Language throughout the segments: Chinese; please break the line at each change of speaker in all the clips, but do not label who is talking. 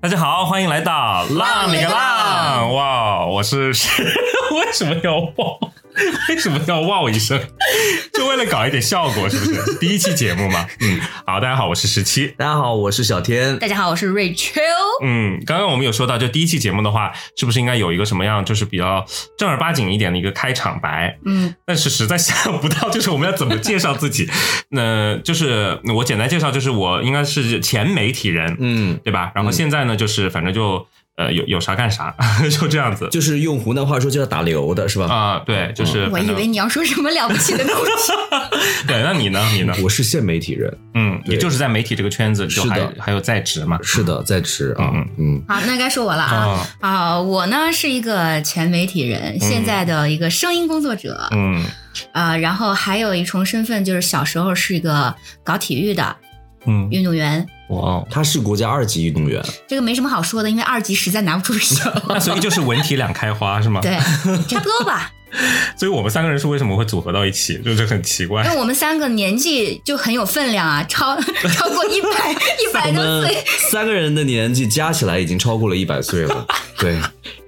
大家好，欢迎来到浪里个浪！哇，我是 为什么要哇？为什么要哇我一声？ 就为了搞一点效果，是不 是？第一期节目嘛，嗯，好，大家好，我是十七，
大家好，我是小天。
大家好，我是 Rachel。
嗯，刚刚我们有说到，就第一期节目的话，是不是应该有一个什么样，就是比较正儿八经一点的一个开场白？
嗯，
但是实在想不到，就是我们要怎么介绍自己。 那就是我简单介绍，就是我应该是前媒体人，
嗯，
对吧？然后现在呢，就是反正就呃有有啥干啥， 就这样子
就是用湖南话说叫打流的是吧？
啊、对，就是
嗯我
反
以
正
为你要说什么了不起的东西。
对。那你呢？你 呢？
我是现媒体人，
嗯，你
对
就是在媒体这个圈子，就是还
的
还有在职嘛。
是的，在职啊，嗯
好，那该说我了啊
啊，
啊，我呢是一个前媒体人，现在的一个声音工作者，
嗯
呃，然后还有一重身份就是小时候是一个搞体育的
嗯，
运动员，
哇哦，
他是国家二级运动员，
这个没什么好说的，因为二级实在拿不出 手，
那所以就是文体两开花是吗？
对，差不多吧，
所以我们三个人是为什么会组合到一起，就是很奇怪
因。为我们三个年纪就很有分量 啊，超超过一百一百
我
多
们
岁，
三个人的年纪加起来已经超过了一百岁 了。对，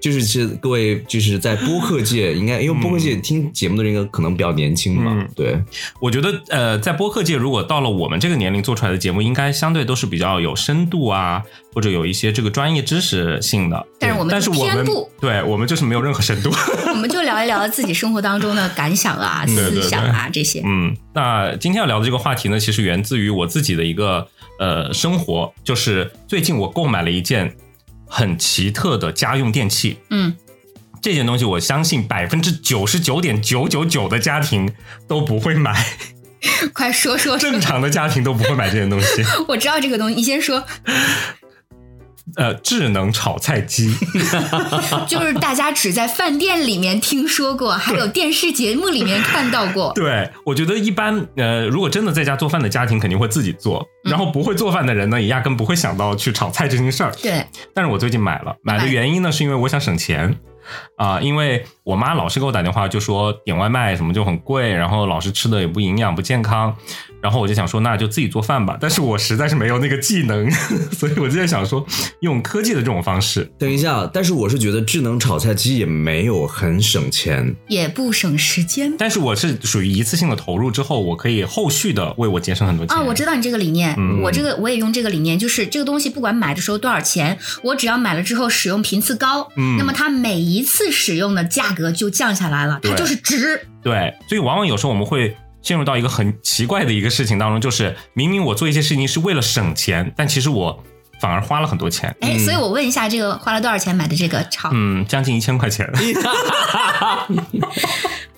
就是是各位就是在播客界，应该因为播客界听节目的人应该可能比较年轻嘛
嗯，
对，
我觉得呃，在播客界，如果到了我们这个年龄做出来的节目，应该相对都是比较有深度啊，或者有一些这个专业知识性的。
但是我们
但是我
偏
们
不
对我们就是没有任何深度。
我们就聊一聊自己生活当中的感想啊、
嗯对对
思
对
想啊这些。
嗯，那今天要聊的这个话题呢，其实源自于我自己的一个呃生活，就是最近我购买了一件很奇特的家用电器。
嗯，
这件东西，我相信百分之九十九点九九九的家庭都不会买，
快说说说
正，常的家庭都不会买这件东西。
我知道这个东西，你先说，
啊呃，智能炒菜机， 啊
就是大家只在饭店里面听说过，还有电视节目里面看到 过。
对我觉得一般，呃，如果真的在家做饭的家庭肯定会自己做，
嗯
然后不会做饭的人呢，也压根不会想到去炒菜这件事儿。
对，
但是我最近买了，买的原因呢，是因为我想省钱。啊、因为我妈老是给我打电话，就说点外卖什么就很贵，然后老是吃的也不营养、不健康，然后我就想说，那就自己做饭吧。但是我实在是没有那个技能， 所以我就在想说，用科技的这种方式，
等一下，但是我是觉得智能炒菜机也没有很省钱，
也不省时间
但是我是属于一次性的投入之后，我可以后续的为我节省很多钱。
啊！我知道你这个理念，
嗯
我这个我也用这个理念，就是这个东西不管买的时候多少钱，我只要买了之后使用频次高，
嗯
那么它每一次使用的价格就降下来了，它
对
就是值。
对，所以往往有时候我们会陷入到一个很奇怪的一个事情当中，就是明明我做一些事情是为了省钱，但其实我反而花了很多钱，
哎，
嗯
所以我问一下，这个花了多少钱买的这个 炒？
嗯，将近一千块钱。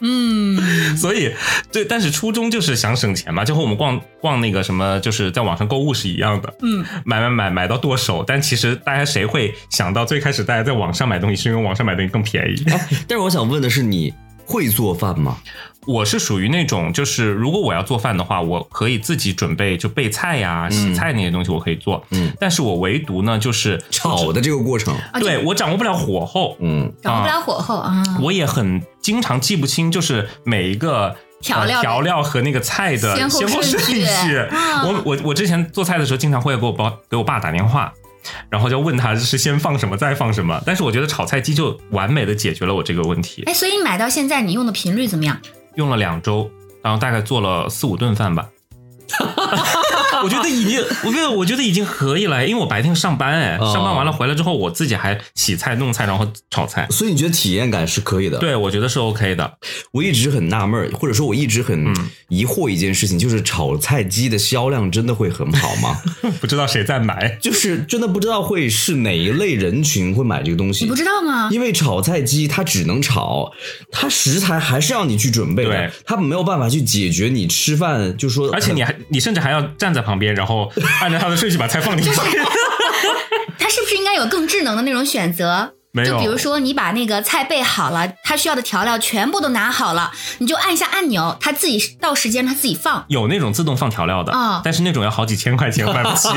嗯，
所以，对，但是初衷就是想省钱嘛，就和我们逛逛那个什么，就是在网上购物是一样的，
嗯，
买买买买到剁手。但其实大家谁会想到最开始大家在网上买东西是因为网上买东西更便宜？
但是我想问的是，你会做饭吗？
我是属于那种，就是如果我要做饭的话，我可以自己准备就备菜呀、洗菜那些东西我可以做，
嗯，
但是我唯独呢就是
炒的这个过程，
啊
对我掌握不了火候，
嗯，
掌握不了火候啊。
我也很经常记不清，就是每一个。
调
呃
料的
调料和那个菜的
先后
先后顺
顺序啊
我我我之前做菜的时候，经常会给我爸给我爸打电话，然后就问他是先放什么再放什么。但是我觉得炒菜机就完美的解决了我这个问题，
哎，所以买到现在你用的频率怎么样？
用了两周，然后大概做了四五顿饭 吧。我觉得已经，我觉得我觉得已经可以了，因为我白天上班哎，
哦
上班完了回来之后，我自己还洗菜、弄菜，然后炒菜。
所以你觉得体验感是可以的？
对，我觉得是 OK 的。
我一直很纳闷儿，或者说我一直很
嗯
疑惑一件事情，就是炒菜机的销量真的会很好吗？
不知道谁在买，
就是真的不知道会是哪一类人群会买这个东
你
西
不。知道吗？
因为炒菜机它只能炒，它食材还是要你去准备
对
的，它没有办法去解决你吃饭，就说
而且你还你甚至还要站在旁边，然后按照他的顺序把菜放进去。
它是不是应该有更智能的那种选择？
没有
就比如说你把那个菜备好了，它需要的调料全部都拿好了，你就按一下按钮，它自己到时间它自己放。
有那种自动放调料的，
啊
但是那种要好几千块钱，我买 不起。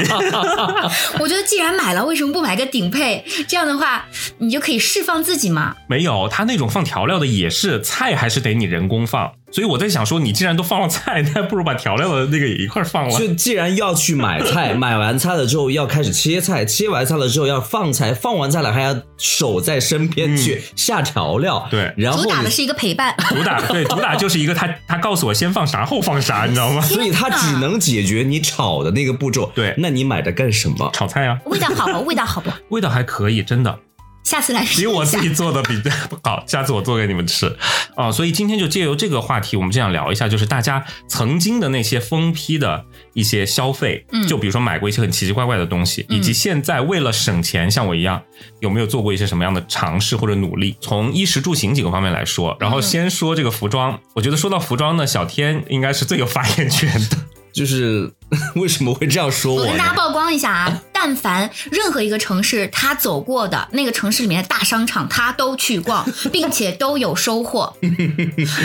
我觉得既然买了，为什么不买个顶配？这样的话，你就可以释放自己嘛。
没有，他那种放调料的也是菜，还是得你人工放。所以我在想说，你既然都放了菜，那不如把调料的那个也一块儿放了。
就既然要去 买菜，买完菜了之后要开始切菜，切完菜了之后要放菜，放完菜了还要守在身边去下调
嗯
料。
对
然后
主打的
你
是一个陪伴，
主打对主打就是一个他他告诉我先放啥后放啥，你知道吗？
啊所以它只能解决你炒的那个步骤。
对
那你买它干什么？
炒菜啊，
味道好不？味道好不？
味道还可以，真的
下次来试
比我
一
自
下。
己做的比 好。下次我做给你们吃啊、所以今天就借由这个话题，我们就想聊一下，就是大家曾经的那些疯批的一些消费，
嗯
就比如说买过一些很奇奇怪怪的东西，
嗯
以及现在为了省钱，像我一样，有没有做过一些什么样的尝试或者努力？从衣食住行几个方面来说，然后
嗯
先说这个服装，我觉得说到服装呢，小天应该是最有发言权的。
就是为什么会这样说
我
我
跟大家
呢？
曝光一下啊， 但凡任何一个城市他走过的那个城市里面的大商场，他都 去逛，并且都有收获。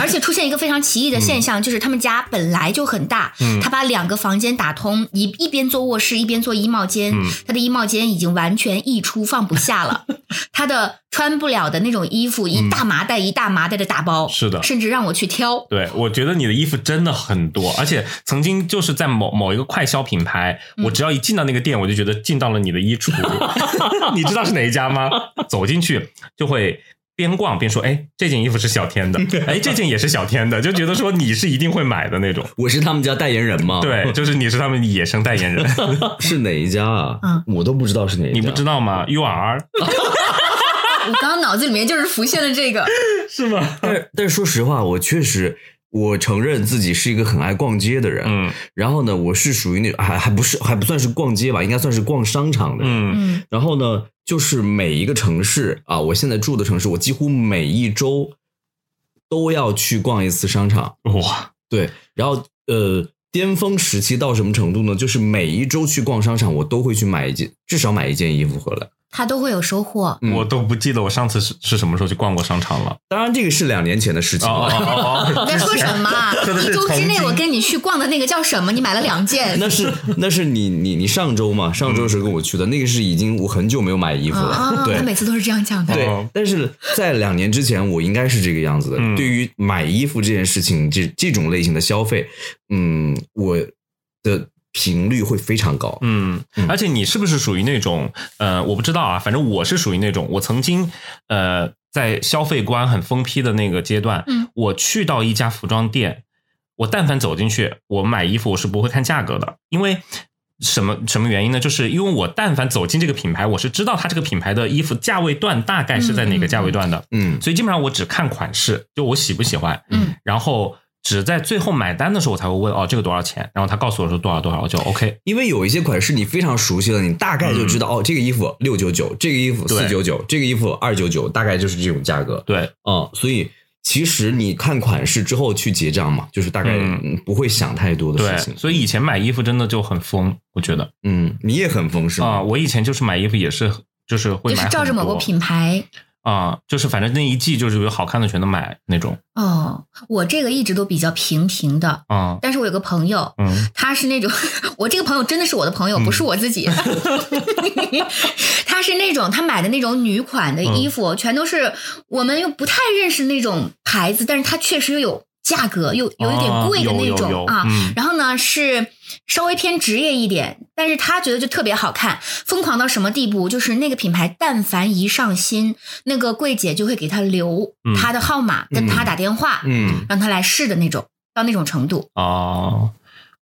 而且出现一个非常奇异的现象，就是他们家本来就很大，
嗯
他把两个房间打通，一一边做卧室，一边做衣帽间。
嗯
他的衣帽间已经完全溢出，放不 下了。他的穿不了的那种衣服，一大麻袋一大麻袋的打包，
嗯是的
甚至让我去挑。
对，我觉得你的衣服真的很多，而且曾经就是在某某一个快消品牌，我只要一进到那个店，我就觉得进到了你的衣 橱。你知道是哪一家吗？走进去就会边逛边说：“哎，这件衣服是小天 的，哎，这件也是小天的。”就觉得说你是一定会买的那 种。
我是他们家代言人吗？，
对，就是你是他们野生代言 人，
是哪一家啊？
嗯
我都不知道是哪一家。
你不知道吗？U R
我刚刚脑子里面就是浮现了这个，
是吗？
但是但是说实话，我确实，我承认自己是一个很爱逛街的人。
嗯
然后呢，我是属于那种还还不是还不算是逛街吧，应该算是逛商场的人。
嗯
嗯
然后呢，就是每一个城市啊，我现在住的城市，我几乎每一周都要去逛一次商场。
哇，
对，然后呃，巅峰时期到什么程度呢？就是每一周去逛商场，我都会去买一件，至少买一件衣服回来。
他都会有收获。
嗯
我都不记得我上次是是什么时候去逛过商场了。
当然，这个是两年前的事情了。
哦
你在说什么啊？
说的是
一周之内
曾经
我跟你去逛的那个叫什么？你买了两件。
那是那是你你你上周嘛？上周的时候跟我去的，那个是已经我很久没有买衣服
啊
了，
啊！
对
他每次都是这样讲的。
对
哦。
但是在两年之前，我应该是这个样子的。
嗯
对于买衣服这件事情，这这种类型的消费，嗯，我的频率会非常高。
嗯
嗯，
而且你是不是属于那种呃，我不知道啊，反正我是属于那种，我曾经呃在消费观很疯批的那个阶段，
嗯，
我去到一家服装店，我但凡走进去，我买衣服我是不会看价格的，因为。什么什么原因呢？就是因为我但凡走进这个品牌，我是知道它这个品牌的衣服价位段大概是在哪个价位段的，
嗯
所以基本上我只看款式，就我喜不喜欢，
嗯，
然后只在最后买单的时候我才会问哦这个多少钱，然后他告诉我说多少多少，我就 OK，
因为有一些款式你非常熟悉了，你大概就知道、哦，这个衣服六九九，这个衣服
嗯对
四九九，这个衣服二九九，大概就是这种价格。
对，
嗯，所以其实你看款式之后去结账嘛，就是大概
嗯
嗯不会想太多的
对
事情，。
所以以前买衣服真的就很疯，我觉得
嗯，你也很丰盛
啊、，我以前就是买衣服也是就是会
就
买
是
很
照着某个
多
品牌。
啊、就是反正那一季就是有好看的全都买那种
哦，我这个一直都比较平平的，
啊、
但是我有个朋友，
嗯
他是那种， 我这个朋友真的是我的朋友，不是我自己。 他是那种，他买的那种女款的衣服，
嗯
全都是我们又不太认识那种牌子，但是它确实又有价格，又有一点贵的
啊有
那
有
种
有
啊。
嗯
然后呢是稍微偏职业一点，但是他觉得就特别好看，疯狂到什么地步？就是那个品牌，但凡一上新，那个柜姐就会给他留
嗯
他的号码，跟他打电话，
嗯，
让他来试的那种，到那种程度。
啊、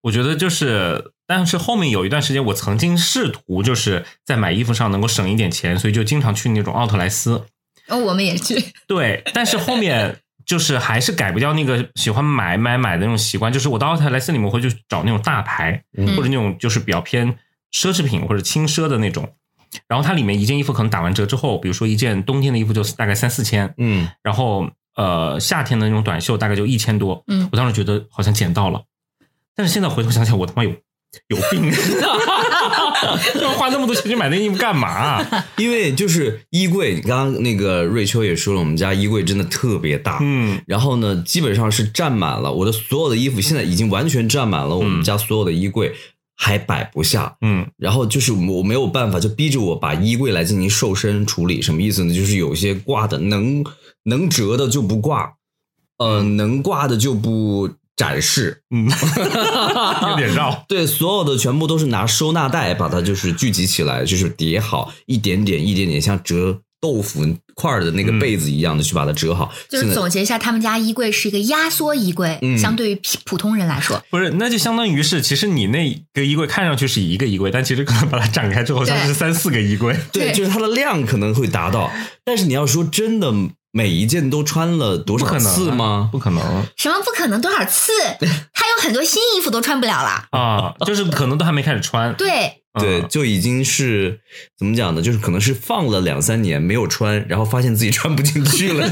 我觉得就是。但是后面有一段时间，我曾经试图就是在买衣服上能够省一点钱，所以就经常去那种奥特莱斯。
然后哦我们也去，
对，但是后面就是还是改不掉那个喜欢买买买的那种习惯，就是我到奥特莱斯里面我会去找那种大牌，
嗯
或者那种就是比较偏奢侈品或者轻奢的那种。然后它里面一件衣服可能打完折之后，比如说一件冬天的衣服就大概三四千，
嗯，
然后呃夏天的那种短袖大概就一千多。
嗯
我当时觉得好像捡到了，但是现在回头想想，我他妈有有病， 要花那么多钱去买那衣服干嘛啊？
因为就是衣柜，你刚刚那个瑞秋也说了，我们家衣柜真的特别大，
嗯
然后呢，基本上是占满了我的所有的衣服，现在已经完全占满了我们家所有的衣柜，还摆不下。
嗯
然后就是我没有办法，就逼着我把衣柜来进行瘦身处理。什么意思呢？就是有些挂的能能折的就不挂，呃，能挂的就不展示，
嗯，有点绕。
对，所有的全部都是拿收纳袋把它就是聚集起来，就是叠好，一点点一点点像折豆腐块儿的那
嗯
个被子一样的去把它折好。
就是
现在
总结一下，他们家衣柜是一个压缩衣柜，
嗯
相对于普普通人来说，
不是，那就相当于是，其实你那个衣柜看上去是一个衣柜，但其实可能把它展开之后，
对
像是三四个衣柜。
对，
对
就是它的量可能会达到，但是你要说真的每一件都穿了多
不
少
可能啊
次吗？
不可能
什么不可能多少 次，他有很多新衣服都穿不了了。
啊，就是可能都还没开始穿。
对，
嗯
对，就已经是怎么讲呢？就是可能是放了两三年没有穿，然后发现自己穿不进去了。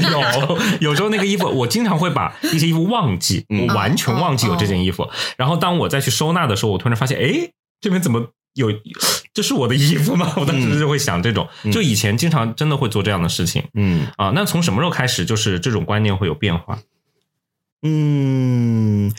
有有时候那个衣服，我经常会把一些衣服忘记，
嗯
我完全忘记有这件衣服。然后当我再去收纳的时候，我突然发现，哎，这边怎么有？这是我的衣服吗？ 我当时就会想这种，就以前经常真的会做这样的事情
嗯
啊。那从什么时候开始，就是这种观念会有变化？
嗯，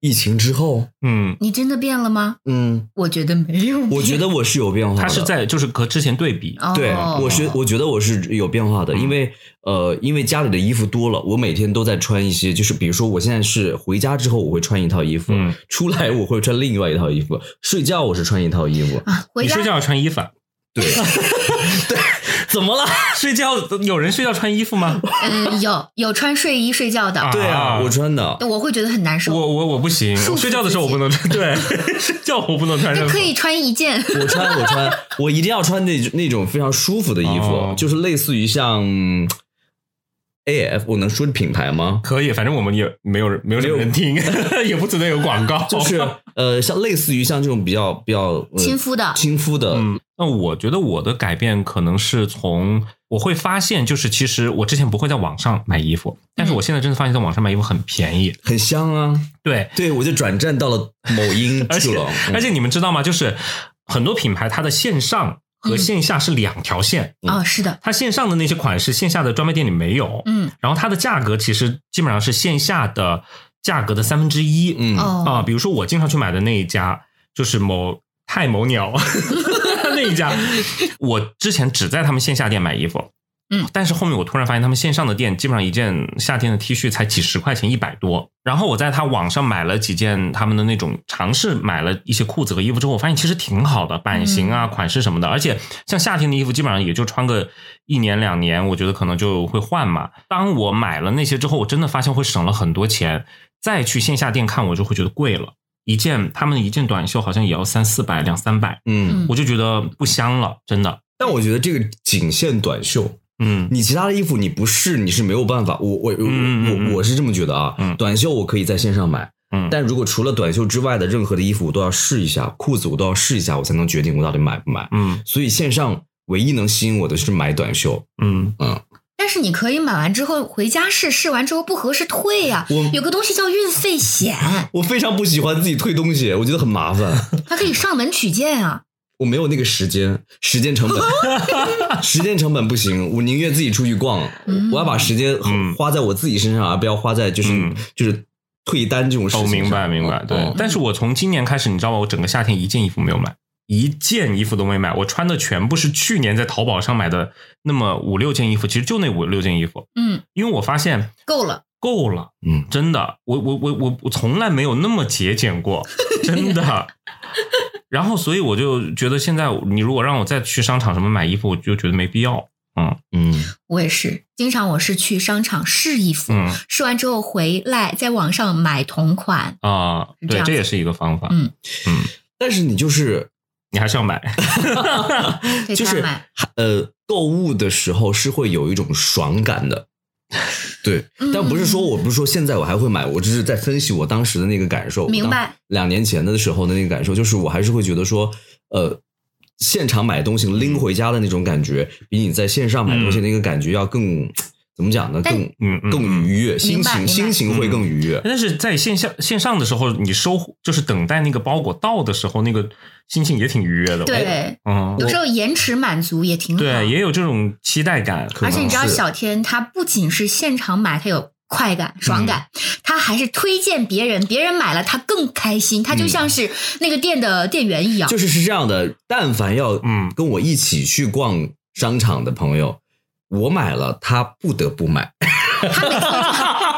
疫情之后，
嗯，
你真的变了吗？
嗯，
我觉得没有变，
我觉得我是有变化的。
它是在就是和之前对比，
哦，，
对，我是我觉得我是有变化的，
嗯
因为呃，因为家里的衣服多了，我每天都在穿一些，就是比如说我现在是回家之后我会穿一套衣服，
嗯
出来我会穿另外一套衣服，睡觉我是穿一套衣服
啊，回
你
家
睡觉要穿衣服 啊，
怎么了？
睡觉有人睡觉穿衣服吗？
嗯有有穿睡衣睡觉的，
啊
对啊，我穿的，
我会觉得很难
我
受。
我我不行，
束缚
我睡觉的时候我不能穿，对， 睡觉我不能穿
那
任何
可以穿一件，
我穿，我穿，我一定要穿那那种非常舒服的衣服，
哦
就是类似于像 A F，我能说品牌吗？
可以，反正我们也没有人没有什么人听， 也不存在有广告。
就是呃，像类似于像这种比较比较、呃
亲肤的
亲肤的，
嗯，那我觉得我的改变可能是从我会发现，就是其实我之前不会在网上买衣服，但是我现在真的发现，在网上买衣服很便宜。
很香啊。
对，
对，我就转战到了某音
而
去
且
了。
而且你们知道吗？就是很多品牌它的线上和线下是两条线，
哦，是的，
它线上的那些款式，线下的专卖店里没有。
嗯，
然后它的价格其实基本上是线下的价格的三分之一。
嗯，嗯，
啊，
哦，
比如说我经常去买的那一家，就是某泰某鸟 那一 家，我之前只在他们线下店买衣服，
嗯，
但是后面我突然发现他们线上的店基本上一件夏天的 T 恤才几十块钱，一百多。然后我在他网上买了几件他们的那种尝试买了一些裤子和衣服之后，我发现其实挺好的，版型啊、款式什么的，而且像夏天的衣服基本上也就穿个一年两年，我觉得可能就会换嘛。当我买了那些之后，我真的发现会省了很多钱。再去线下店看，我就会觉得贵了。一件他们一件短袖好像也要三四百、两三百，
嗯
嗯
我就觉得不香了，真的。
但我觉得这个仅限短袖，
嗯
你其他的衣服你不试你是没有办法。我我
嗯嗯
我我我是这么觉得啊，
嗯
短袖我可以在线上买，
嗯，
但如果除了短袖之外的任何的衣服，我都要试一下，裤子我都要试一下，我才能决定我到底买不买。
嗯
所以线上唯一能吸引我的是买短袖。
嗯，
但是你可以买完之后回家试，试完之后不合适退呀、
我
有个东西叫运费险，
我非常不喜欢自己退东西，我觉得很麻烦，
它可以上门取件啊。
我没有那个时间，时间成 本，时间成本不行，我宁愿自己出去逛，
嗯
我要把时间
嗯
花在我自己身上，而不要花在就是、
嗯
就是退单这种事
哦，
情上。
明白明白，对
哦。
但是我从今年开始，你知道吗？我整个夏天一件衣服没有买，一件衣服都没买，我穿的全部是去年在淘宝上买的那么五六件衣服，其实就那五六件衣服，
嗯，
因为我发现
够了，
够了。
嗯，
真的，我我我我我从来没有那么节俭 过，真的。然后，所以我就觉得现在你如果让我再去商场什么买衣服，我就觉得没必要。嗯
嗯，
我也是，经常我是去商场试衣服，
嗯
试完之后回来在网上买同款。
啊、
是这
对，
样
这也是一个方法。
嗯
嗯，
但是你就是
你还是要买。
对，
就是
他买
呃，购物的时候是会有一种爽感的。对，
嗯
但不是说我不是说现在我还会买，我只是在分析我当时的那个感受。
明白？
两年前的时候的那个感受，就是我还是会觉得说，呃，现场买东西拎回家的那种感觉，比你在线上买东西的那个感觉要更、怎么讲呢？
但
更
嗯嗯
更愉悦，心
明白
情
明白
心情会更愉悦。
但是在线下线上的时候，你收就是等待那个包裹到的时候，那个心情也挺愉悦的。
哎
对，
嗯，
有时候延迟满足也挺好。
对，也有这种期待感。
可
而
能
且你知道，
是
小天他不仅是现场买，他有快感、爽感，
嗯
他还是推荐别人，别人买了他更开心，他
嗯
就像是那个店的店员一样。
就是是这样的，但凡要
嗯
跟我一起去逛商场的朋友，我买了，他不得不买。
他每次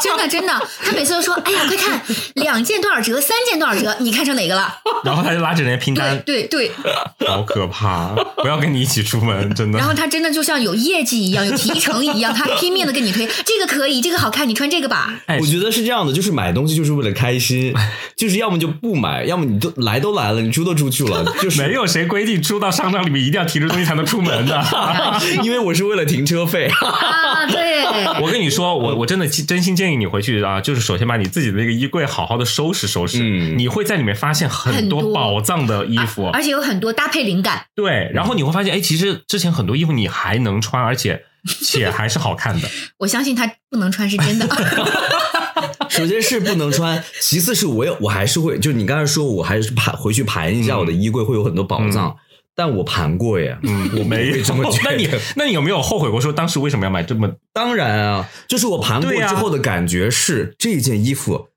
真的真的，他每次 都说：“哎呀，快看，两件多少折，三件多少折，你看上哪个了
然后他就拉着人家拼？”单，
对对对，
嗯好可怕！不要跟你一起出 门，真的
然。后他真的就像有业绩一样，有提成一样，他拼命的跟你推，这个可以，这个好看，你穿这个吧。
哎
我觉得是这样的，就是买东西就是为了开 心，就是要么就不买，要么你都来都来了，你出都出去了，就是
没有谁规定出到商场里面一定要提着东西才能出门的。
因为我是为了停车费。
啊，对，
我跟你说，我我真的真心建议你回去啊，就是首先把你自己的那个衣柜好好的收拾收拾，
嗯
你会在里面发现很
很
多
多
宝藏的衣服。
啊
啊
而且有很多搭配灵感。
对，然后
嗯
你会发现，哎，其实之前很多衣服你还能穿，而且且还是好看 的。
我相信他不能穿是 真的。
首先是不能穿，其次是我有我还是会，就你刚才说，我还是盘回去盘一下我的衣柜，会有很多宝藏，但我盘过耶，
嗯，我没
会这 么觉得
那你那你有没有后悔过说当时为什么要买这么？
当然啊，就是我盘过
对呀
之后的感觉是、这件衣服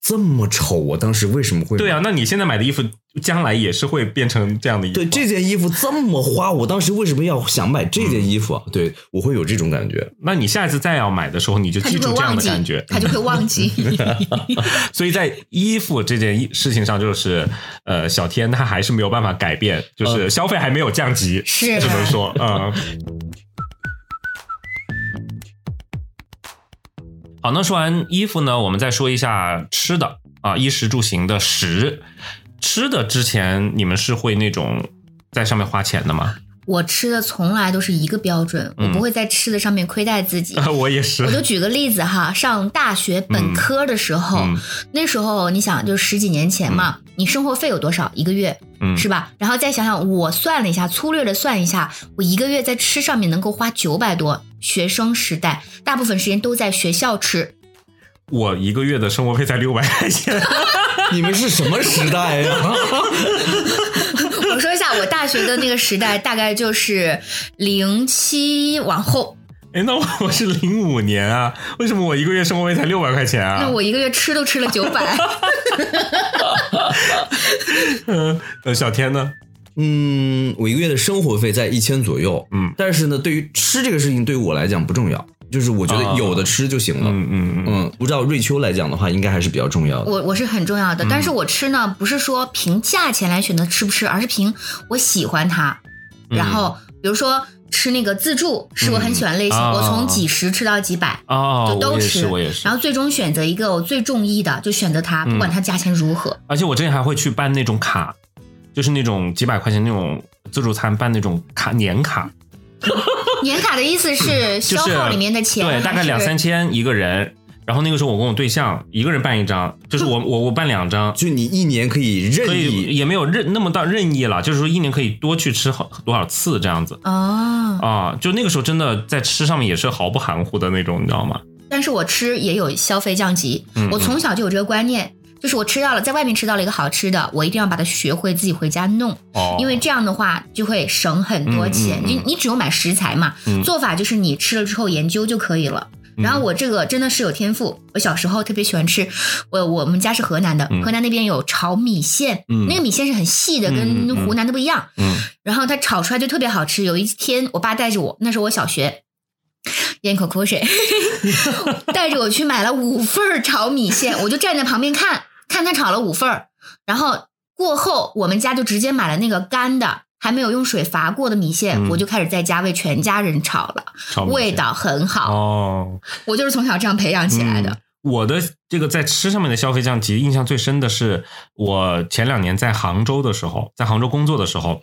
这么丑，我当时为什么会买
对啊，那你现在买的衣服将来也是会变成这样的衣服。
对这件衣服这么花，我当时为什么要想买这件衣服
嗯
啊？对我会有这种感觉。
那你下一次再要买的时候，你就
他
记
就会
住这样
忘
的
记
感 觉，。
他就会 忘记。
所以在衣服这件事情上，就是呃，小天他还是没有办法改变，
呃
就是消费还没有降级，
是
只能说嗯。好，那说完衣服呢，我们再说一下吃的啊，衣食住行的食。吃的之前你们是会那种在上面花钱的吗？
我吃的从来都是一个标准，我
嗯
不会在吃的上面亏待自己。
啊， 我也是
我就举个例子哈，上大学本科的时候，
嗯
那时候你想，就十几年前嘛，你生活费有多少一个月，
嗯
是吧？然后再想想，我算了一下，粗略的算一下，我一个月在吃上面能够花九百多。学生时代，大部分时间都在学校吃，
我一个月的生活费才六百块钱，
你们是什么时代啊呀、
我说一下，我大学的那个时代大概就是零七往后，
哎，那我我是零五年啊，为什么我一个月生活费才六百块钱啊？
那我一个月吃都吃了九百，
嗯，呃，小天呢？
嗯，我一个月的生活费在一千左右。
嗯
但是呢，对于吃这个事情，对于我来讲不重要，就是我觉
啊
得有的吃就行了。
嗯嗯嗯，
嗯，不知道瑞秋来讲的话，应该还是比较重要的。
我我是很重要的。但是
嗯
我吃呢，不是说凭价钱来选择吃不吃，而是凭我喜欢它。然后比如说吃那个自助，是我很喜欢的类
嗯
型，
嗯啊
我从几十吃到几百。
哦
就，
我
都
也
吃，
是，我也是嗯
然。后最终选择一个我最中意的，就选择它，不管它价钱 如何。
而且我之前还会去办那种卡，就是那种几百块钱那种自助餐办那种卡年卡，
年卡的意思是
嗯就
消
是
耗里面的钱，
对，大概两三
千。
千一个人。然后那个时候我跟我对象一个人办一张，就是我我我办两张，
就你一年可以任
所以
意，
也没有任那么到任意了，就是说一年可以多去吃好多少次这样子
哦，
啊。就那个时候真的在吃上面也是毫不含糊的那种，你知道吗？
但是我吃也有消费降级，
嗯
我从小就有这个观念，就是我吃到了在外面吃到了一个好吃的，我一定要把它学会自己回家弄，
哦，
因为这样的话就会省很多钱。
嗯嗯嗯
你你只有买食材嘛，
嗯
做法就是你吃了之后研究就可以了。然后我这个真的是有天赋，我小时候特别喜欢吃，我我们家是河南的，
嗯
河南那边有炒米线，
嗯
那个米线是很细的，
嗯嗯
跟
嗯
湖南的不一样。
嗯
然后它炒出来就特别好吃。有一天，我爸带着我，那时候我小学，咽口口水， 带着我去买了五份儿炒米线，我就站在旁边看，看他炒了五份儿。然后过后，我们家就直接买了那个干的，还没有用水罚过的米线，
嗯
我就开始在家为全家人炒了，
炒米线
味道很好。
哦，
我就是从小这样培养起来的
嗯。我的这个在吃上面的消费降级，印象最深的是我前两年在杭州的时候，在杭州工作的时候，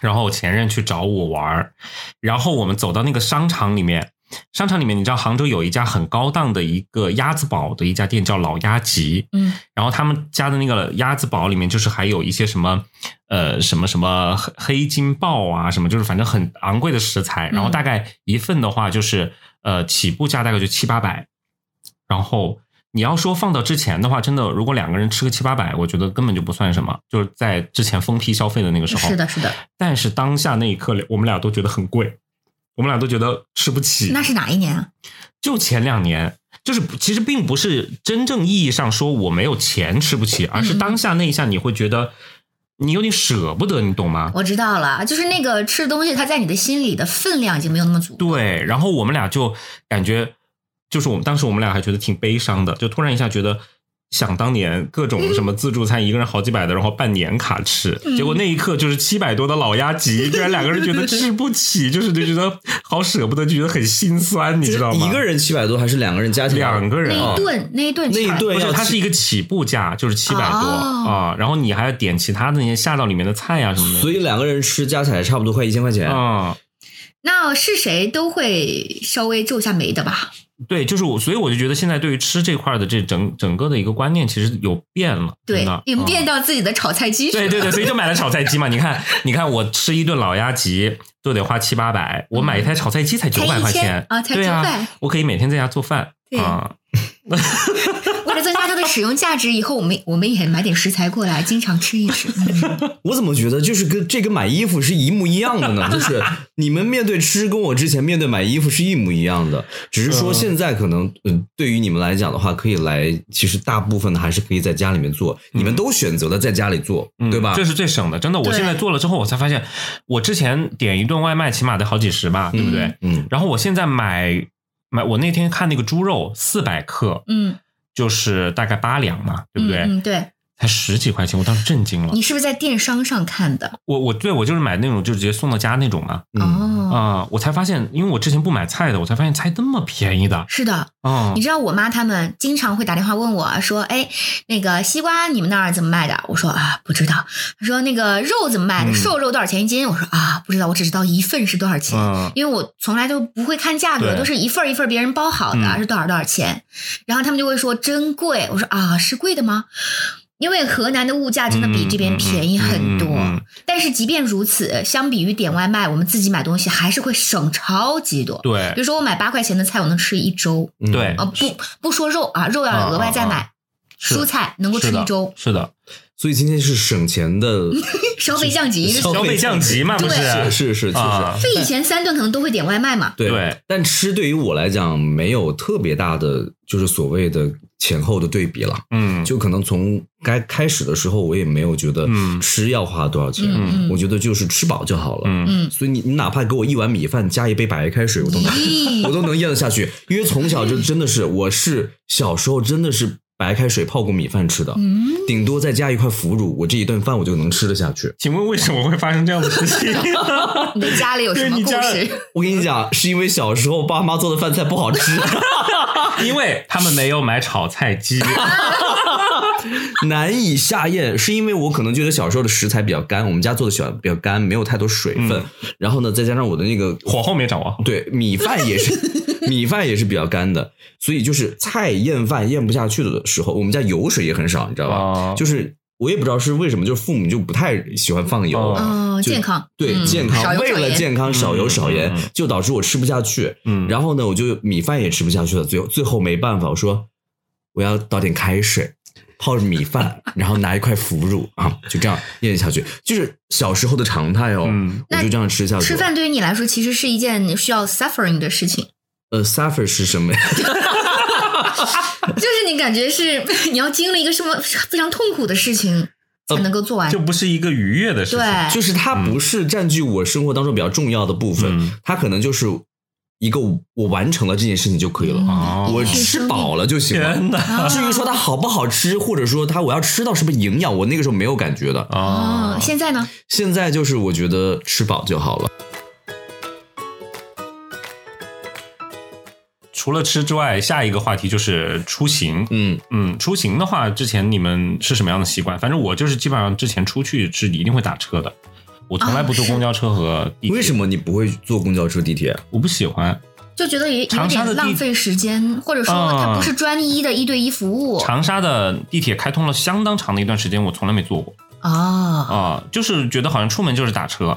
然后我前任去找我玩儿，然后我们走到那个商场里面，商场里面你知道杭州有一家很高档的一个鸭子堡的一家店叫老鸭集，
嗯，
然后他们家的那个鸭子堡里面就是还有一些什么呃什么什么黑黑金鲍啊什么，就是反正很昂贵的食材，
嗯
然后大概一份的话就是呃起步价大概就七八百，然后。你要说放到之前的话，真的，如果两个人吃个七八百，我觉得根本就不算什么，就是在之前疯批消费的那个时候。
是的，是的。
但是当下那一刻，我们俩都觉得很贵，我们俩都觉得吃不起。
那是哪一年啊？
就前两年，就是其实并不是真正意义上说我没有钱吃不起，而
嗯
是当下那一下你会觉得你有点舍不得，你懂吗？
我知道了，就是那个吃东西，它在你的心里的分量已经没有那么足。
对，然后我们俩就感觉就是我们当时我们俩还觉得挺悲伤的，就突然一下觉得。想当年，各种什么自助餐，一个人好几百的，然后办年卡吃，
嗯
结果那一刻就是七百多的老鸭脊，居然两个人觉得吃不起，就是就觉得好舍不得，就觉得很心酸，你知道吗？
一个人七百多还是两个人加起来？
两个
那
人啊
一，顿那一顿
那一
钱
顿
不
要
是，它
七
是一个起步价，就是七百多
哦
啊，然后你还要点其他的那些下到里面的菜啊呀什么
所以两个人吃加起来差不多快一千块钱。
的，啊，
那是谁都会稍微皱一下眉的吧？
对，就是我，所以我就觉得现在对于吃这块的这整整个的一个观念，其实有变了，
对
真的，
演
嗯
变到自己的炒菜机上。
对对对，所以就买了炒菜机嘛。你看，你看我吃一顿老鸭脊都得花七八百，我买一台炒菜机才九百块钱
1000啊才
对
900
啊，我可以每天在家做饭
对
啊。
为了增加它的使用价值，以后我们我们也买点食材过来，经常吃一吃。嗯
我怎么觉得就是跟这跟买衣服是一模一样的呢？ 就是你们面对吃跟我之前面对买衣服是一模一样的，只是说
嗯
现在可能嗯、对于你们来讲的话，可以来，其实大部分的还是可以在家里面做，你们都选择了在家里做，
嗯
对吧？
这是最省的，真的。我
对
现在做了之后，我才发现，我之前点一顿外卖起码得好几十吧，对不对？
嗯，
然后我现在买买，我那天看那个猪肉四百克，
嗯，
就是大概八两嘛，对不对？啊
嗯，嗯对
才十几块钱，我当时震惊了
你。是不是在电商上看的？
我我对我就是买那种就直接送到家那种嘛，
嗯
啊、
哦，
我才发现，因为我之前不买菜的，我才发现菜那么便宜的。
是的，
哦
你，知道我妈他们经常会打电话问我说：“哎，那个西瓜你们那儿怎么卖的？”我说：“啊，不知道。”她说：“那个肉怎么卖的？
嗯
瘦肉多少钱一斤？”我说：“啊，不知道，我只知道一份是多少钱。
嗯
因为我从来都不会看价格，
对
都是一份儿一份儿别人包好的、
嗯
是多少多少钱，然后他们就会说真贵，我说啊是贵的吗？因为河南的物价真的比
嗯
这边
嗯
便宜很多，
嗯嗯嗯
但是即便如此，相比于点外卖，我们自己买东西还是会省超级多。
对
比如说我买八块钱的菜，我能吃一周
嗯
对
啊、不不说肉啊，肉要额外再买，
啊啊是
蔬菜能够吃一周，
是的，
所以今天是省钱的，
消费降级。
消
消费降级嘛，
对
不
是
是？
是是，确实
啊。
所以以前三顿可能都会点外卖嘛，
对，
对
但吃对于我来讲没有特别大的，就是所谓的前后的对比了。
嗯，
就可能从该开始的时候，我也没有觉得
嗯
吃要花多少钱，
嗯嗯
我觉得就是吃饱就好了。
嗯
嗯，
所以你你哪怕给我一碗米饭加一杯白开水，我都能
咦
我都能咽得下去，因为从小就真的是我是小时候真的是白开水泡过米饭吃的，
嗯。
顶多再加一块腐乳，我这一顿饭我就能吃得下去。
请问为什么会发生这样的事情？
你的家里有什么
对你
故
家
事？
我跟你讲，是因为小时候爸妈做的饭菜不好吃，
因为他们没有买炒菜 机。
难以下咽，是因为我可能觉得小时候的食材比较干，我们家做的小比较干，没有太多水分，
嗯
然后呢，再加上我的那个
火候没掌握好。
对，米饭也 是，米饭也是比较干的，所以就是菜咽饭咽不下去的时候，我们家油水也很少，你知道吧？
哦
就是我也不知道是为什么，就是父母就不太喜欢放油，
哦
哦，
就
健康，
对、
嗯
健康
少，油
为
少
了
盐
健康少油
嗯
少盐，
嗯嗯
就导致我吃不下去。
嗯
然后呢，我就米饭也吃不下去了，最后最后没办法，我说我要倒点开水。泡米饭，然后拿一块腐乳啊，就这样咽下去，就是小时候的常态哦。
嗯
我就这样吃下去了。
吃饭对于你来说其实是一件需要 suffering 的事情，
呃，suffer 是什么呀？
就是你感觉是 你要经历一个什么非常痛苦的事情才能够做完。
呃就不是一个愉悦的事情。
对，
就是它不是占据我生活当中比较重要的部分，
嗯
它可能就是一个我完成了这件事情就可以
嗯
了，
哦
我吃饱了就行了。
天哪！
啊
至于说它好不好吃，或者说它我要吃到什么营养，我那个时候没有感觉的。
哦
啊，，
现在呢？
现在就是我觉得吃饱就好了。
除了吃之外，下一个话题就是出行。
嗯，
嗯，出行的话，之前你们是什么样的习惯？反正我就是基本上之前出去是一定会打车的，我从来不坐
啊是
公交车和地铁。
为什
么？
么你不会坐公交车、地铁？
我不喜欢。
就觉得也有
长沙的
点
地
浪费时间，或者说
啊
它不是专一的一对一服务
长沙的地铁开通了相当长的一段时间，我从来没坐过
哦。
啊、就是觉得好像出门就是打车。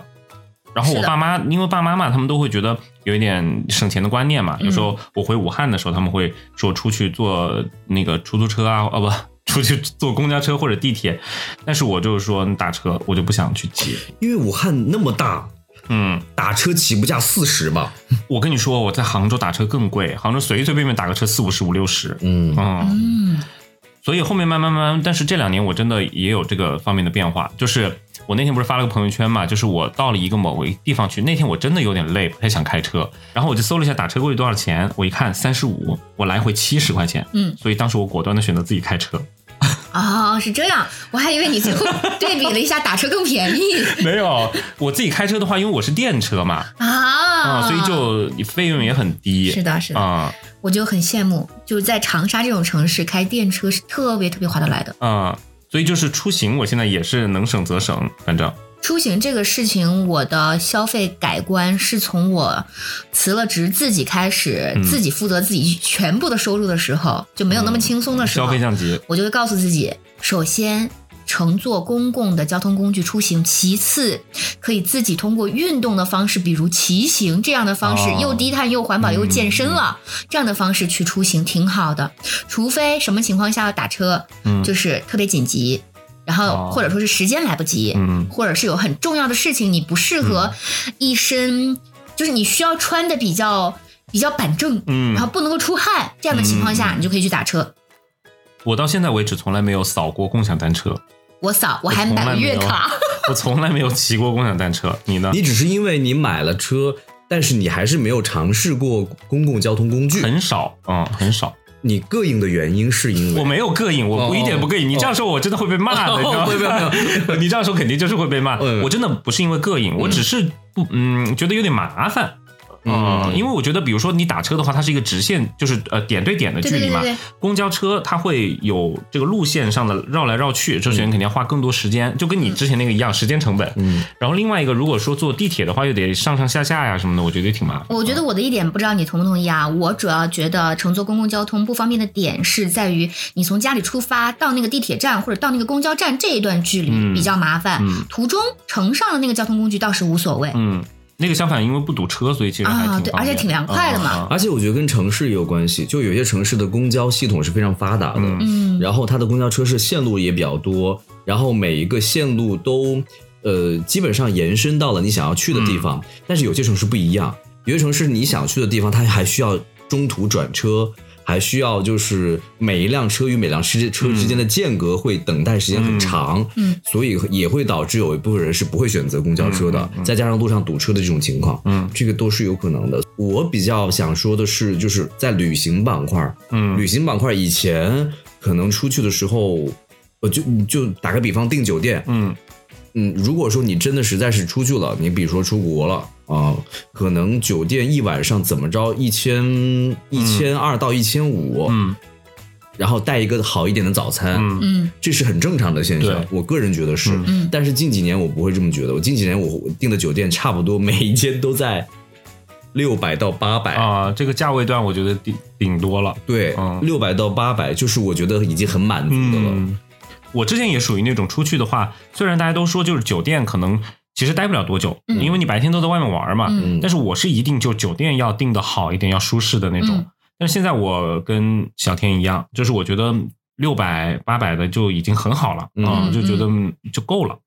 然后
是
我
的
爸妈，因为爸妈嘛，他们都会觉得有一点省钱的观念嘛。
嗯
有时候我回武汉的时候，他们会说出去坐那个出租车啊，哦不， 出去坐公交车或者地铁。但是我就是说打车，我就不想去接。
因为武汉那么大，
嗯，
打车起步价四十吧。
我跟你说，我在杭州打车更贵，杭州随随便便打个车四五十、五六十。
嗯
嗯，
嗯，
所以后面慢慢慢慢，但是这两年我真的也有这个方面的变化，就是我那天不是发了个朋友圈嘛，就是我到了一个某个地方去，那天我真的有点累，不太想开车，然后我就搜了一下打车过去多少钱，我一看三十五，我来回七十块钱，
嗯，
所以当时我果断的选择自己开 车，
哦，是这样，我还以为你最后 对比了一下，打车更便宜
没有我自己开车的话，因为我是电车嘛，啊、
啊、
所以就费用也很低，
是的，是的，
啊。
我就很羡慕，就是在长沙这种城市开电车是特别特别划得来的。
啊、所以就是出行，我现在也是能省则省，反正
出行这个事情，我的消费改观是从我辞了职自己开始，
嗯
自己负责自己全部的收入的时候，就没有那么轻松的
嗯
时
消
候，
费降级。
我就会告诉自己，首先。乘坐公共的交通工具出行，其次可以自己通过运动的方式，比如骑行这样的方式，
哦
又低碳又环保又健身
嗯
了，这样的方式去出行挺好的。除非什么情况下要打车，
嗯
就是特别紧急，然后
哦
或者说是时间来不及，
嗯
或者是有很重要的事情，你不适合一身，就是你需要穿的比较比较板正，
嗯
然后不能够出汗，这样的情况下，你就可以去打车。
我到现在为止从来没有扫过共享单车，
我嫂，我还买了月卡，
我从来没有骑过共享单车。你呢？
你只是因为你买了车，但是你还是没有尝试过公共交通工具。
很少，嗯，很少。
你膈应的原因是因为
我没有膈应，我不
哦
一点不膈应。你这样说，我真的会被骂的，
哦
你知道吗？
不会不会
你这样说肯定就是会被骂。
嗯
我真的不是因为膈应，我只是不，嗯，觉得有点麻烦。
嗯
嗯，因为我觉得，比如说你打车的话，它是一个直线，就是呃点对点的距离嘛。
对对对对
公交车它会有这个路线上的绕来绕去，这首先肯定要花更多时间，就跟
嗯
你之前那个一样，时间成本。
嗯，
然后另外一个，如果说坐地铁的话，又得上上下下呀什么的，我觉得也挺麻烦。
我觉得我的一点不知道你同不同意啊，我主要觉得乘坐公共交通不方便的点是在于你从家里出发到那个地铁站或者到那个公交站这一段距离
嗯
比较麻烦，
嗯
途中乘上了那个交通工具倒是无所谓。
嗯，那个相反，因为不堵车，所以其实还挺
啊，
方
对，
便、
而且挺凉快的嘛。
嗯。
而且我觉得跟城市也有关系，就有些城市的公交系统是非常发达的，
嗯
嗯，
然后它的公交车是线路也比较多，然后每一个线路都呃基本上延伸到了你想要去的地方，
嗯
但是有些城市不一样，有些城市你想去的地方，它还需要中途转车。还需要就是每一辆车与每辆车车之间的间隔会等待时间很长，
嗯，
所以也会导致有一部分人是不会选择公交车的，
嗯
再加上路上堵车的这种情况，
嗯
这个都是有可能的。我比较想说的是，就是在旅行板块，
嗯
旅行板块以前可能出去的时候，我就就打个比方订酒店，
嗯
嗯，如果说你真的实在是出去了，你比如说出国了啊、
嗯
可能酒店一晚上怎么着一千一千二到一千五，
嗯
然后带一个好一点的早餐，
嗯
嗯
这是很正常的现象
对，
我个人觉得是。
嗯
嗯
但是近几年我不会这么觉得，我近几年我我订的酒店差不多每一间都在六百到八百、
啊、这个价位段我觉得顶顶多了。
对，
嗯
六百、到八百就是我觉得已经很满足的了。
嗯，我之前也属于那种出去的话，虽然大家都说就是酒店可能其实待不了多久，
嗯
因为你白天都在外面玩嘛，
嗯
但是我是一定就酒店要订的好一点，要舒适的那种。
嗯
但是现在我跟小天一样，就是我觉得六百八百的就已经很好了，
嗯
就觉得就够了。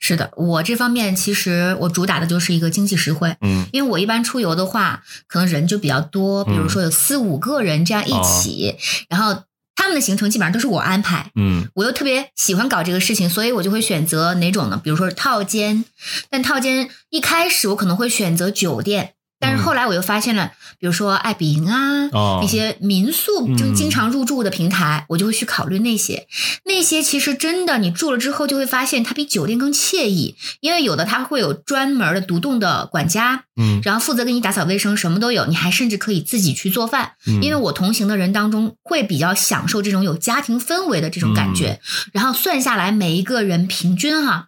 是的，我这方面其实我主打的就是一个经济实惠。
嗯
因为我一般出游的话，可能人就比较多，比如说有四五个人这样一起，
哦
然后他们的行程基本上都是我安排。
嗯
我又特别喜欢搞这个事情，所以我就会选择哪种呢？比如说套间，但套间一开始我可能会选择酒店，但是后来我又发现了，比如说爱彼迎啊，
嗯哦
一些民宿就
嗯
经常入住的平台，我就会去考虑那些。那些其实真的你住了之后就会发现它比酒店更惬意，因为有的它会有专门的独栋的管家，
嗯，
然后负责给你打扫卫生，什么都有，你还甚至可以自己去做饭。因
为
为我同行的人当中会比较享受这种有家庭氛围的这种感觉，
嗯
然后算下来每一个人平均哈、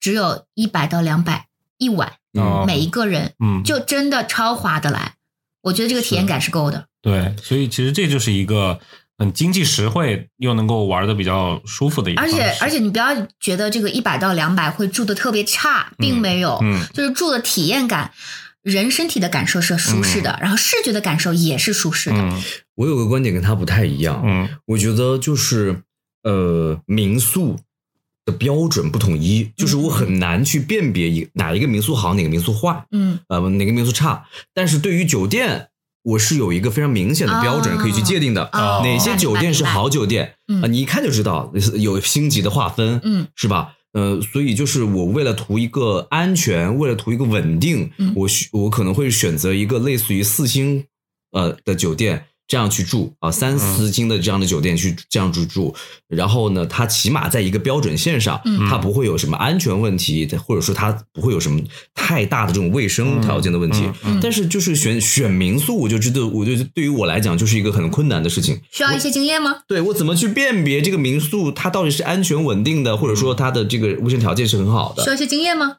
只有一百到两百一晚，
哦
每一个人
嗯
就真的超划得来，我觉得这个体验感是够的。
对，所以其实这就是一个很经济实惠又能够玩的比较舒服的一个
而
方式，
且而且你不要觉得这个一百到两百会住的特别差，并没有，
嗯
就是住的体验感。人身体的感受是舒适的，然后视觉的感受也是舒适的。
嗯
我有个观点跟他不太一样，
嗯
我觉得就是呃民宿的标准不统一，就是我很难去辨别一哪一个民宿好，哪个民宿坏，
嗯，
呃哪个民宿差。但是对于酒店，我是有一个非常明显的标准
哦
可以去界定的，
哦
哪些酒店是好酒店
明白明白
啊、你一看就知道有星级的划分，
嗯
是吧？呃，所以就是我为了图一个安全，为了图一个稳定，
嗯
我需我可能会选择一个类似于四星呃的酒店这样去住啊，三四星的这样的酒店去这样去住。然后呢，它起码在一个标准线上，
嗯
它不会有什么安全问题，或者说它不会有什么太大的这种卫生条件的问题。
嗯
但是就是选选民宿，我就知道，我就对于我来讲就是一个很困难的事情。
需要一些经验吗？
对我怎么去辨别这个民宿它到底是安全稳定的，或者说它的这个卫生条件是很好
需要
的？
一些经验吗？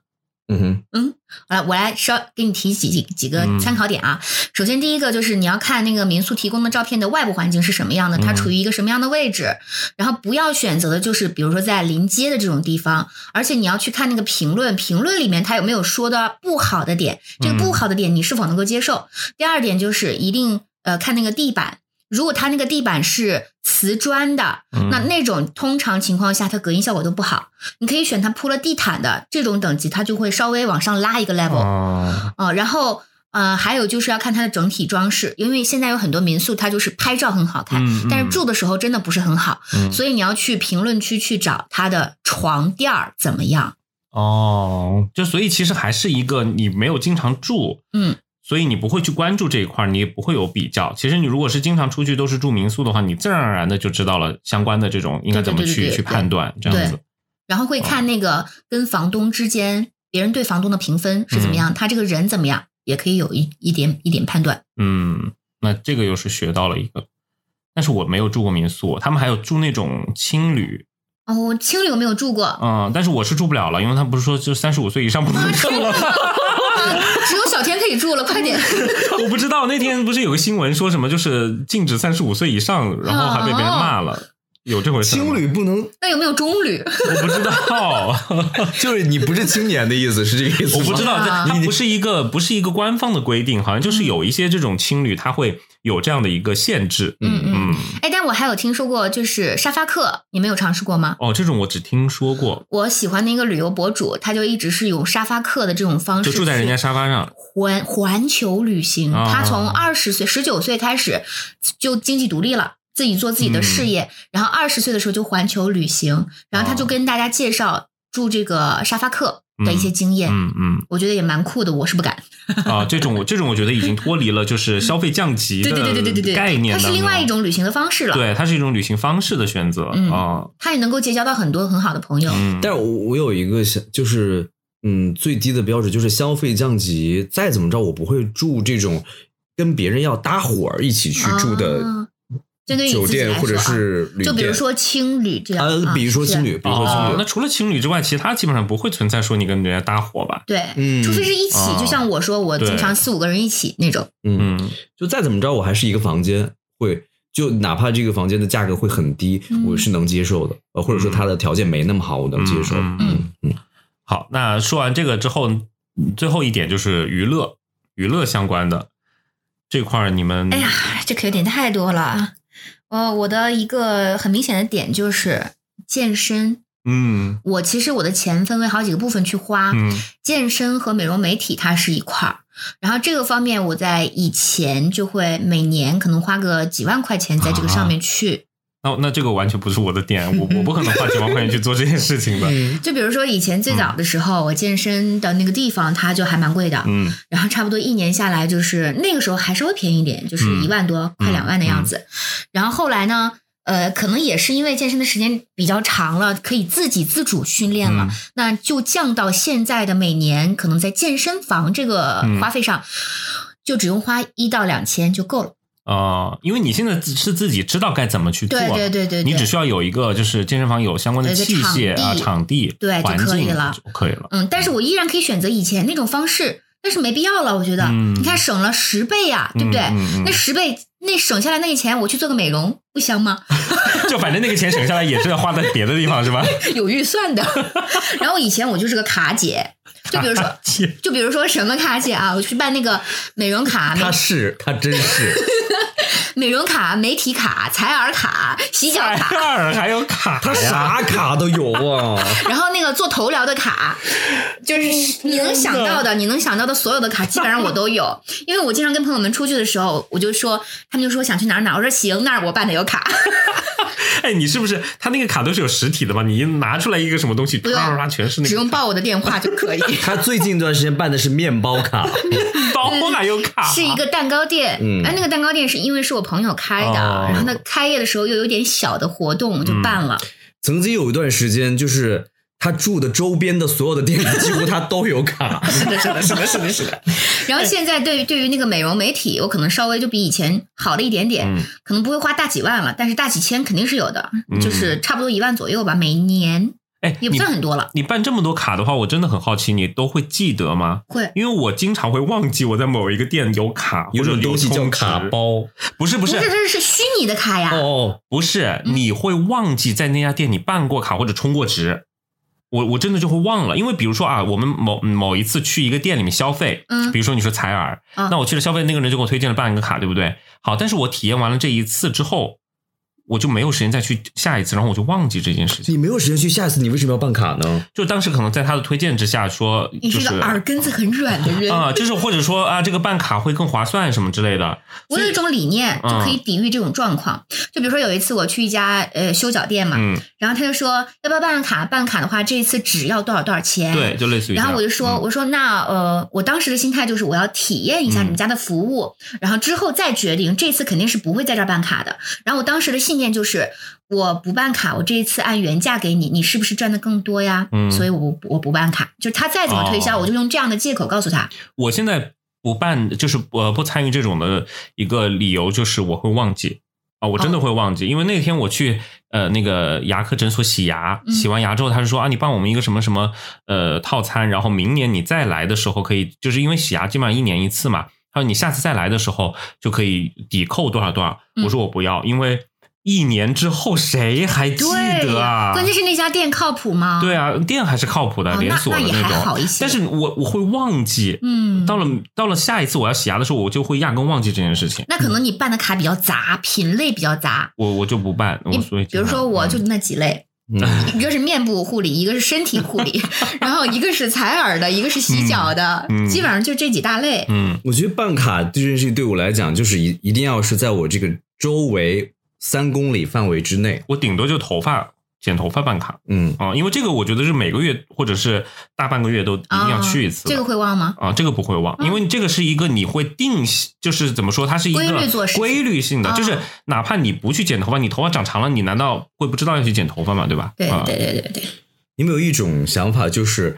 嗯哼，
好了，我来稍给你提几几几个
嗯
参考点啊。首先，第一个就是你要看那个民宿提供的照片的外部环境是什么样的，它
嗯
处于一个什么样的位置，然后不要选择的就是比如说在临街的这种地方，而且你要去看那个评论，评论里面它有没有说的不好的点，这个
嗯
不好的点你是否能够接受。第二点就是一定呃看那个地板。如果它那个地板是瓷砖的，
嗯
那那种通常情况下它隔音效果都不好。你可以选它铺了地毯的这种等级，它就会稍微往上拉一个 level。
哦，
呃，然后呃，还有就是要看它的整体装饰，因为现在有很多民宿它就是拍照很好看，
嗯，
但是住的时候真的不是很好，
嗯
所以你要去评论区去找它的床垫儿怎么样。
哦，就所以其实还是一个你没有经常住，
嗯，
所以你不会去关注这一块儿，你也不会有比较。其实你如果是经常出去都是住民宿的话，你自然而然的就知道了相关的这种应该怎么
对对对
去
对
去判断这样子。
然后会
哦
看那个跟房东之间，别人对房东的评分是
嗯
怎么样，他这个人怎么样，也可以有一一点一点判断。
嗯，那这个又是学到了一个，但是我没有住过民宿，他们还有住那种青旅，
哦，我青旅我没有 住过，
嗯，但是我是住不了了，因为他不是说就三十五岁以上不能住了吗？
只有小天可以住了，快 点！
我不知道那天不是有个新闻说什么就是禁止三十五岁以上，然后还被别人骂了，有这回事吗？
青旅不 能，
那有没有中旅？
我不知道。
就是你不是青年的意思，是这个意思
我
吗？
不知道，
啊
这它不是一个不是一个官方的规定，好像就是有一些这种青旅，它会有这样的一个限制。
嗯嗯。
嗯，
哎，但我还有听说过，就是沙发客，你们有尝试过吗？
哦，这种我只听说过，
我喜欢的一个旅游博主，他就一直是用沙发客的这种方式
就
去，
住在人家沙发上。
环环球旅行。
啊
他从二十岁、十九岁开始就经济独立了。自己做自己
嗯
的事业，然后二十岁的时候就环球旅行，然后他
哦
就跟大家介绍住这个沙发客的一些经验，
嗯嗯，
我觉得也蛮酷的，我是不敢。
啊，这种我这种我觉得已经脱离了就是消费降级的
对对对对对对对，
概念
它
当中，
是另外一种旅行的方式了，
对，它是一种旅行方式的选择
嗯
啊。
他也能够结交到很多很好的朋友。
嗯，
但是我我有一个想，就是嗯，最低的标准就是消费降级，再怎么着我不会住这种跟别人要搭伙儿一起去住的
啊针对于你
酒
自己
店
来
或者
说啊
是旅店，
就比如说青旅这样，
呃，
啊
比如说
是
青旅，比如说
哦
青
那
旅，
除了情侣之外，其他基本上不会存在说你跟人家搭伙吧？
对，
嗯
除非是一起，
啊
就像我说，我经常四五个人一起那种，
嗯，
嗯
就再怎么着我还是一个房间会。就哪怕这个房间的价格会很低，
嗯
我是能接受的，呃，或者说它的条件没那么好，我能接受。
嗯
嗯
嗯
好，那说完这个之后，嗯最后一点就是娱乐，娱乐相关的这块儿，你们
哎呀，这可有点太多了。呃，我的一个很明显的点就是健身。
嗯
我其实我的钱分为好几个部分去花，
嗯
健身和美容美体它是一块儿。然后这个方面，我在以前就会每年可能花个几万块钱在这个
啊
上面去。
那那这个完全不是我的点，我我不可能花几万块钱去做这件事情的。
嗯
就比如说以前最早的时候，我健身的那个地方，它就还蛮贵的，
嗯
然后差不多一年下来，就是那个时候还稍微便宜一点，就是
嗯
一万多、快
嗯
两万的样子。然后后来呢，呃，可能也是因为健身的时间比较长了，可以自己自主训练了，
嗯
那就降到现在的每年可能在健身房这个
嗯
花费上，就只用花一到两千就够了。
呃，因为你现在自是自己知道该怎么去做
对
了，
对对对对，
你只需要有一个就是健身房有相关的
有一个
器械
场
啊、
地
场地、
对就
环
可以
境
了
就可以了。
嗯，但是我依然可以选择以前那种方式，但是没必要了，我觉得。
嗯
你看省了十倍呀、对不对？
嗯嗯嗯
那十倍，那省下来那个钱，我去做个美容不香吗？
就反正那个钱省下来也是要花在别的地方，是 吧？
有预算的。 然后以前我就是个卡姐，就比如说，就比如说什么卡姐啊，我去办那个美容卡、美
他是他真是，
美容卡、美体卡、采耳卡、洗脚
海
卡，
尔还有哎卡呀，
他啥卡都有啊。
然后那个做头疗的卡，就是你能想到的，你能想到的所有的卡，基本上我都有。因为我经常跟朋友们出去的时候，我就说，他们就说想去哪儿哪儿，我说行，那儿我办的有卡。
哎，你是不是他那个卡都是有实体的嘛？你一拿出来一个什么东西，
用
啪啪啪，全是那
只
个
用报我的电话就可以，
他最近一段时间办的是面包卡，
包还有卡，
呃是一个蛋糕店。
嗯
哎，那个蛋糕店是因为是我朋友开的，
哦嗯
然后他开业的时候又有点小的活动就办了。
曾经有一段时间，就是他住的周边的所有的店里几乎他都有卡。
是的，是的，是的，是的，是的。然
哎
后现在对于对于那个美容美体，我可能稍微就比以前好了一点点，
嗯
可能不会花大几万了，但是大几千肯定是有的，
嗯
就是差不多一万左右吧，每年
哎，
也不
你
算很多了。
你办这么多卡的话，我真的很好奇，你都会记得吗？
会
因为我经常会忘记我在某一个店有卡，
有
或者
种东西
充
叫
值
卡，包，
不是不
不
是
是，这是虚拟的卡呀。嗯
哦，
不是，你会忘记在那家店你办过卡或者充过值。我我真的就会忘了，因为比如说啊，我们某某一次去一个店里面消费，
嗯
比如说你说采耳，
嗯
那我去了消费，那个人就给我推荐了办一个卡，对不对？好，但是我体验完了这一次之后，我就没有时间再去下一次，然后我就忘记这件事情。
你没有时间去，下次你为什么要办卡呢？
就当时可能在他的推荐之下说，
你
就是
个耳根子很软的人，
啊、就是或者说啊，这个办卡会更划算什么之类的。
我有一种理念就
嗯
可以抵御这种状况。就比如说有一次我去一家呃修脚店嘛，
嗯，
然后他就说要不要办卡？办卡的话，这一次只要多少多少钱？
对，。就类似于这
然
样。嗯
后我就说，我说那呃，我当时的心态就是我要体验一下你
嗯
们家的服务，然后之后再决定。这次肯定是不会在这儿办卡的。然后我当时的信念就是，我不办卡，我这一次按原价给你，你是不是赚的更多呀？
嗯
所以我不我不办卡，就是他再怎么推销，
哦
我就用这样的借口告诉他。
我现在不办，就是呃不参与这种的一个理由，就是我会忘记啊，我真
哦
的会忘记，因为那天我去呃那个牙科诊所洗牙，
嗯
洗完牙之后，他是说啊，你办我们一个什么什么呃套餐，然后明年你再来的时候可以，就是因为洗牙基本上一年一次嘛，他说你下次再来的时候就可以抵扣多少多少，
嗯
我说我不要，因为一年之后谁还记
对
得
呀，
啊？
关键是那家店靠谱吗？
对啊，店还是靠谱的，
哦
连
那
锁的
那也还好
种
一些。
但是我我会忘记，
嗯，
到了到了下一次我要洗牙的时候，我就会压根忘记这件事情，
那可能你办的卡比较杂，品类比较杂。
我我就不办。我
你
所以
比如说，我就那几类，
嗯，
一个是面部护理，一个是身体护 理，然后一个是采耳的，一个是洗脚的，
嗯嗯
基本上就这几大类。
嗯
我觉得办卡这件事情对我来讲，就是一一定要是在我这个周围三公里范围之内。
我顶多就头发剪头发办卡
嗯，
啊、因为这个我觉得是每个月或者是大半个月嗯都一定要去一次
啊
的。
这个会嗯忘吗？
啊，这个不会忘，因为这个是一个你会定，就是怎么说，它是一个
规律做事情
规律性的，
啊
就是哪怕你不去剪头发，你头发长长了，你难道会不知道要去剪头发吗？对吧？
对
啊
对对对对，
你有没有一种想法，就是，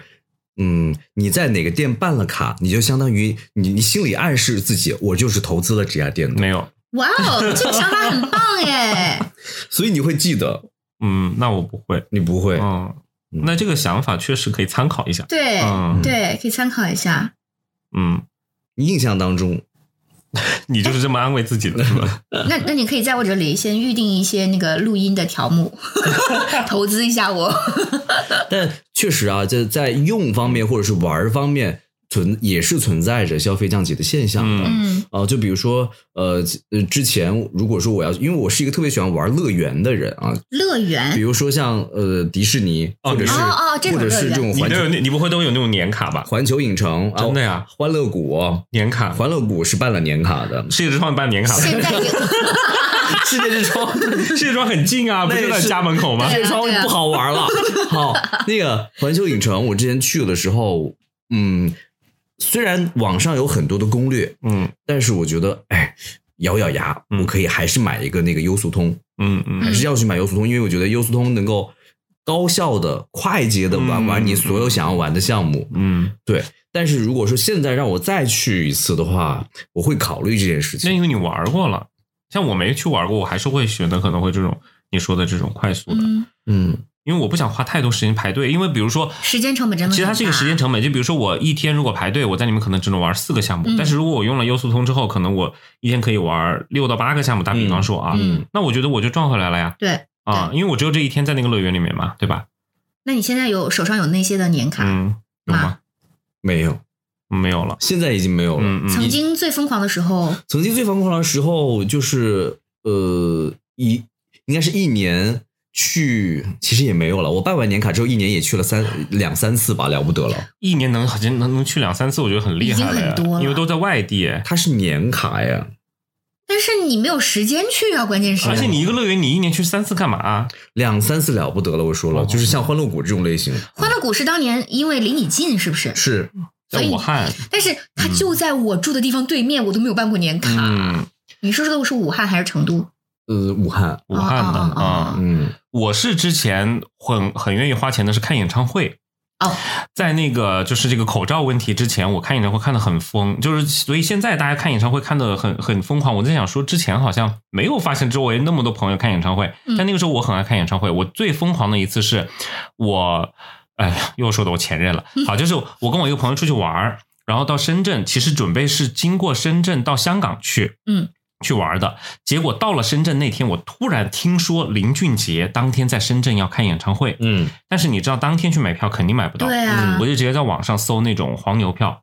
嗯，你在哪个店办了卡，你就相当于你你心里暗示自己，我就是投资了这家店的，
没有，
哇哦，这个想法很棒耶！
所以你会记得，
嗯，那我不会，
你不会。
嗯，那这个想法确实可以参考一下，
对、
嗯
对，可以参考一下。
嗯，
你印象当中，
你就是这么安慰自己的，是吧？
那那你可以在我这里先预定一些那个录音的条目， 投资一下我。
但确实啊，在在用方面或者是玩儿方面存也是存在着消费降级的现象的。
嗯
嗯
啊，就比如说，呃呃，之前如果说我要，因为我是一个特别喜欢玩乐园的人啊，
乐
比
园
如说像呃迪士尼，
哦
或者
你
是、
哦哦这种
或者
乐
是
园
这种
你
环
都有
球
那，你不会都有那种年卡吧？
环球影城啊，
真的呀
欢乐谷，
年卡，，
欢乐谷是办了年卡的
世界之窗办年卡吧，
现在有
世界之窗，
世界之窗很近啊，不
那
就在
是
家门口吗？
世
对
界之窗不好玩了。好， 那个环球影城，我之前去的时候，嗯，虽然网上有很多的攻略，
嗯
但是我觉得，哎，咬咬牙，
嗯
我可以还是买一个那个优速通。
嗯
还
嗯
是要去买优速通，因为我觉得优速通能够高效的、快捷的玩
嗯
完你所有想要玩的项目。
嗯，
对，但是如果说现在让我再去一次的话，我会考虑这件事
那
情。
因为你玩过了，像我没去玩过，我还是会选择可能会这种你说的这种快速的，
嗯，
嗯，
因为我不想花太多时间排队，因为比如说。
时间成本真的
其
很大。
实它是一个时间成本，就比如说我一天如果排队，我在里面可能只能玩四个项目，
嗯
但是如果我用了优速通之后，可能我一天可以玩六到八个项目，打比方说啊，
嗯，
那我觉得我就赚回来了呀，
对。
啊，因为我只有这一天在那个乐园里面嘛，对吧？
那你现在有手上有那些的年卡？
嗯，有
啊
吗？
没有，
没有了。
现在已经没有了。
嗯嗯
曾经最疯狂的时候，
曾经最疯狂的时候就是，呃，一应该是一年去，其实也没有了。我办完年卡之后，一年也去了三两三次吧，了不得了。
一年能能能去两三次，我觉得很厉害
已经很多了
因为都在外地。
它是年卡呀，
但但是你没有时间去啊，关键是。
而且你一个乐园，你一年去三次干嘛、啊
两三次了不得了，我说
哦
了，就是像欢乐谷这种类型，
欢乐谷是当年因为离你近，是不是？
是，
在
所以
武汉，
但是
嗯
它就在我住的地方对面，我都没有办过年卡。
嗯，
你说说的是武汉还是成都？
呃，武汉，
武汉的
哦哦哦
啊、
哦
嗯，
我是之前很很愿意花钱的是看演唱会。
哦，
在那个就是这个口罩问题之前，我看演唱会看的很疯，就是所以现在大家看演唱会看的很很疯狂。我在想说，之前好像没有发现周围那么多朋友看演唱会，
嗯
但那个时候我很爱看演唱会。我最疯狂的一次是我，哎呀，又说的我前任了。
嗯
好，就是我跟我一个朋友出去玩儿，然后到深圳，其实准备是经过深圳到香港去，
嗯，
去玩儿的。结果到了深圳那天，我突然听说林俊杰当天在深圳要看演唱会，
嗯，
但是你知道当天去买票肯定买不到，
对啊，
我就直接在网上搜那种黄牛票，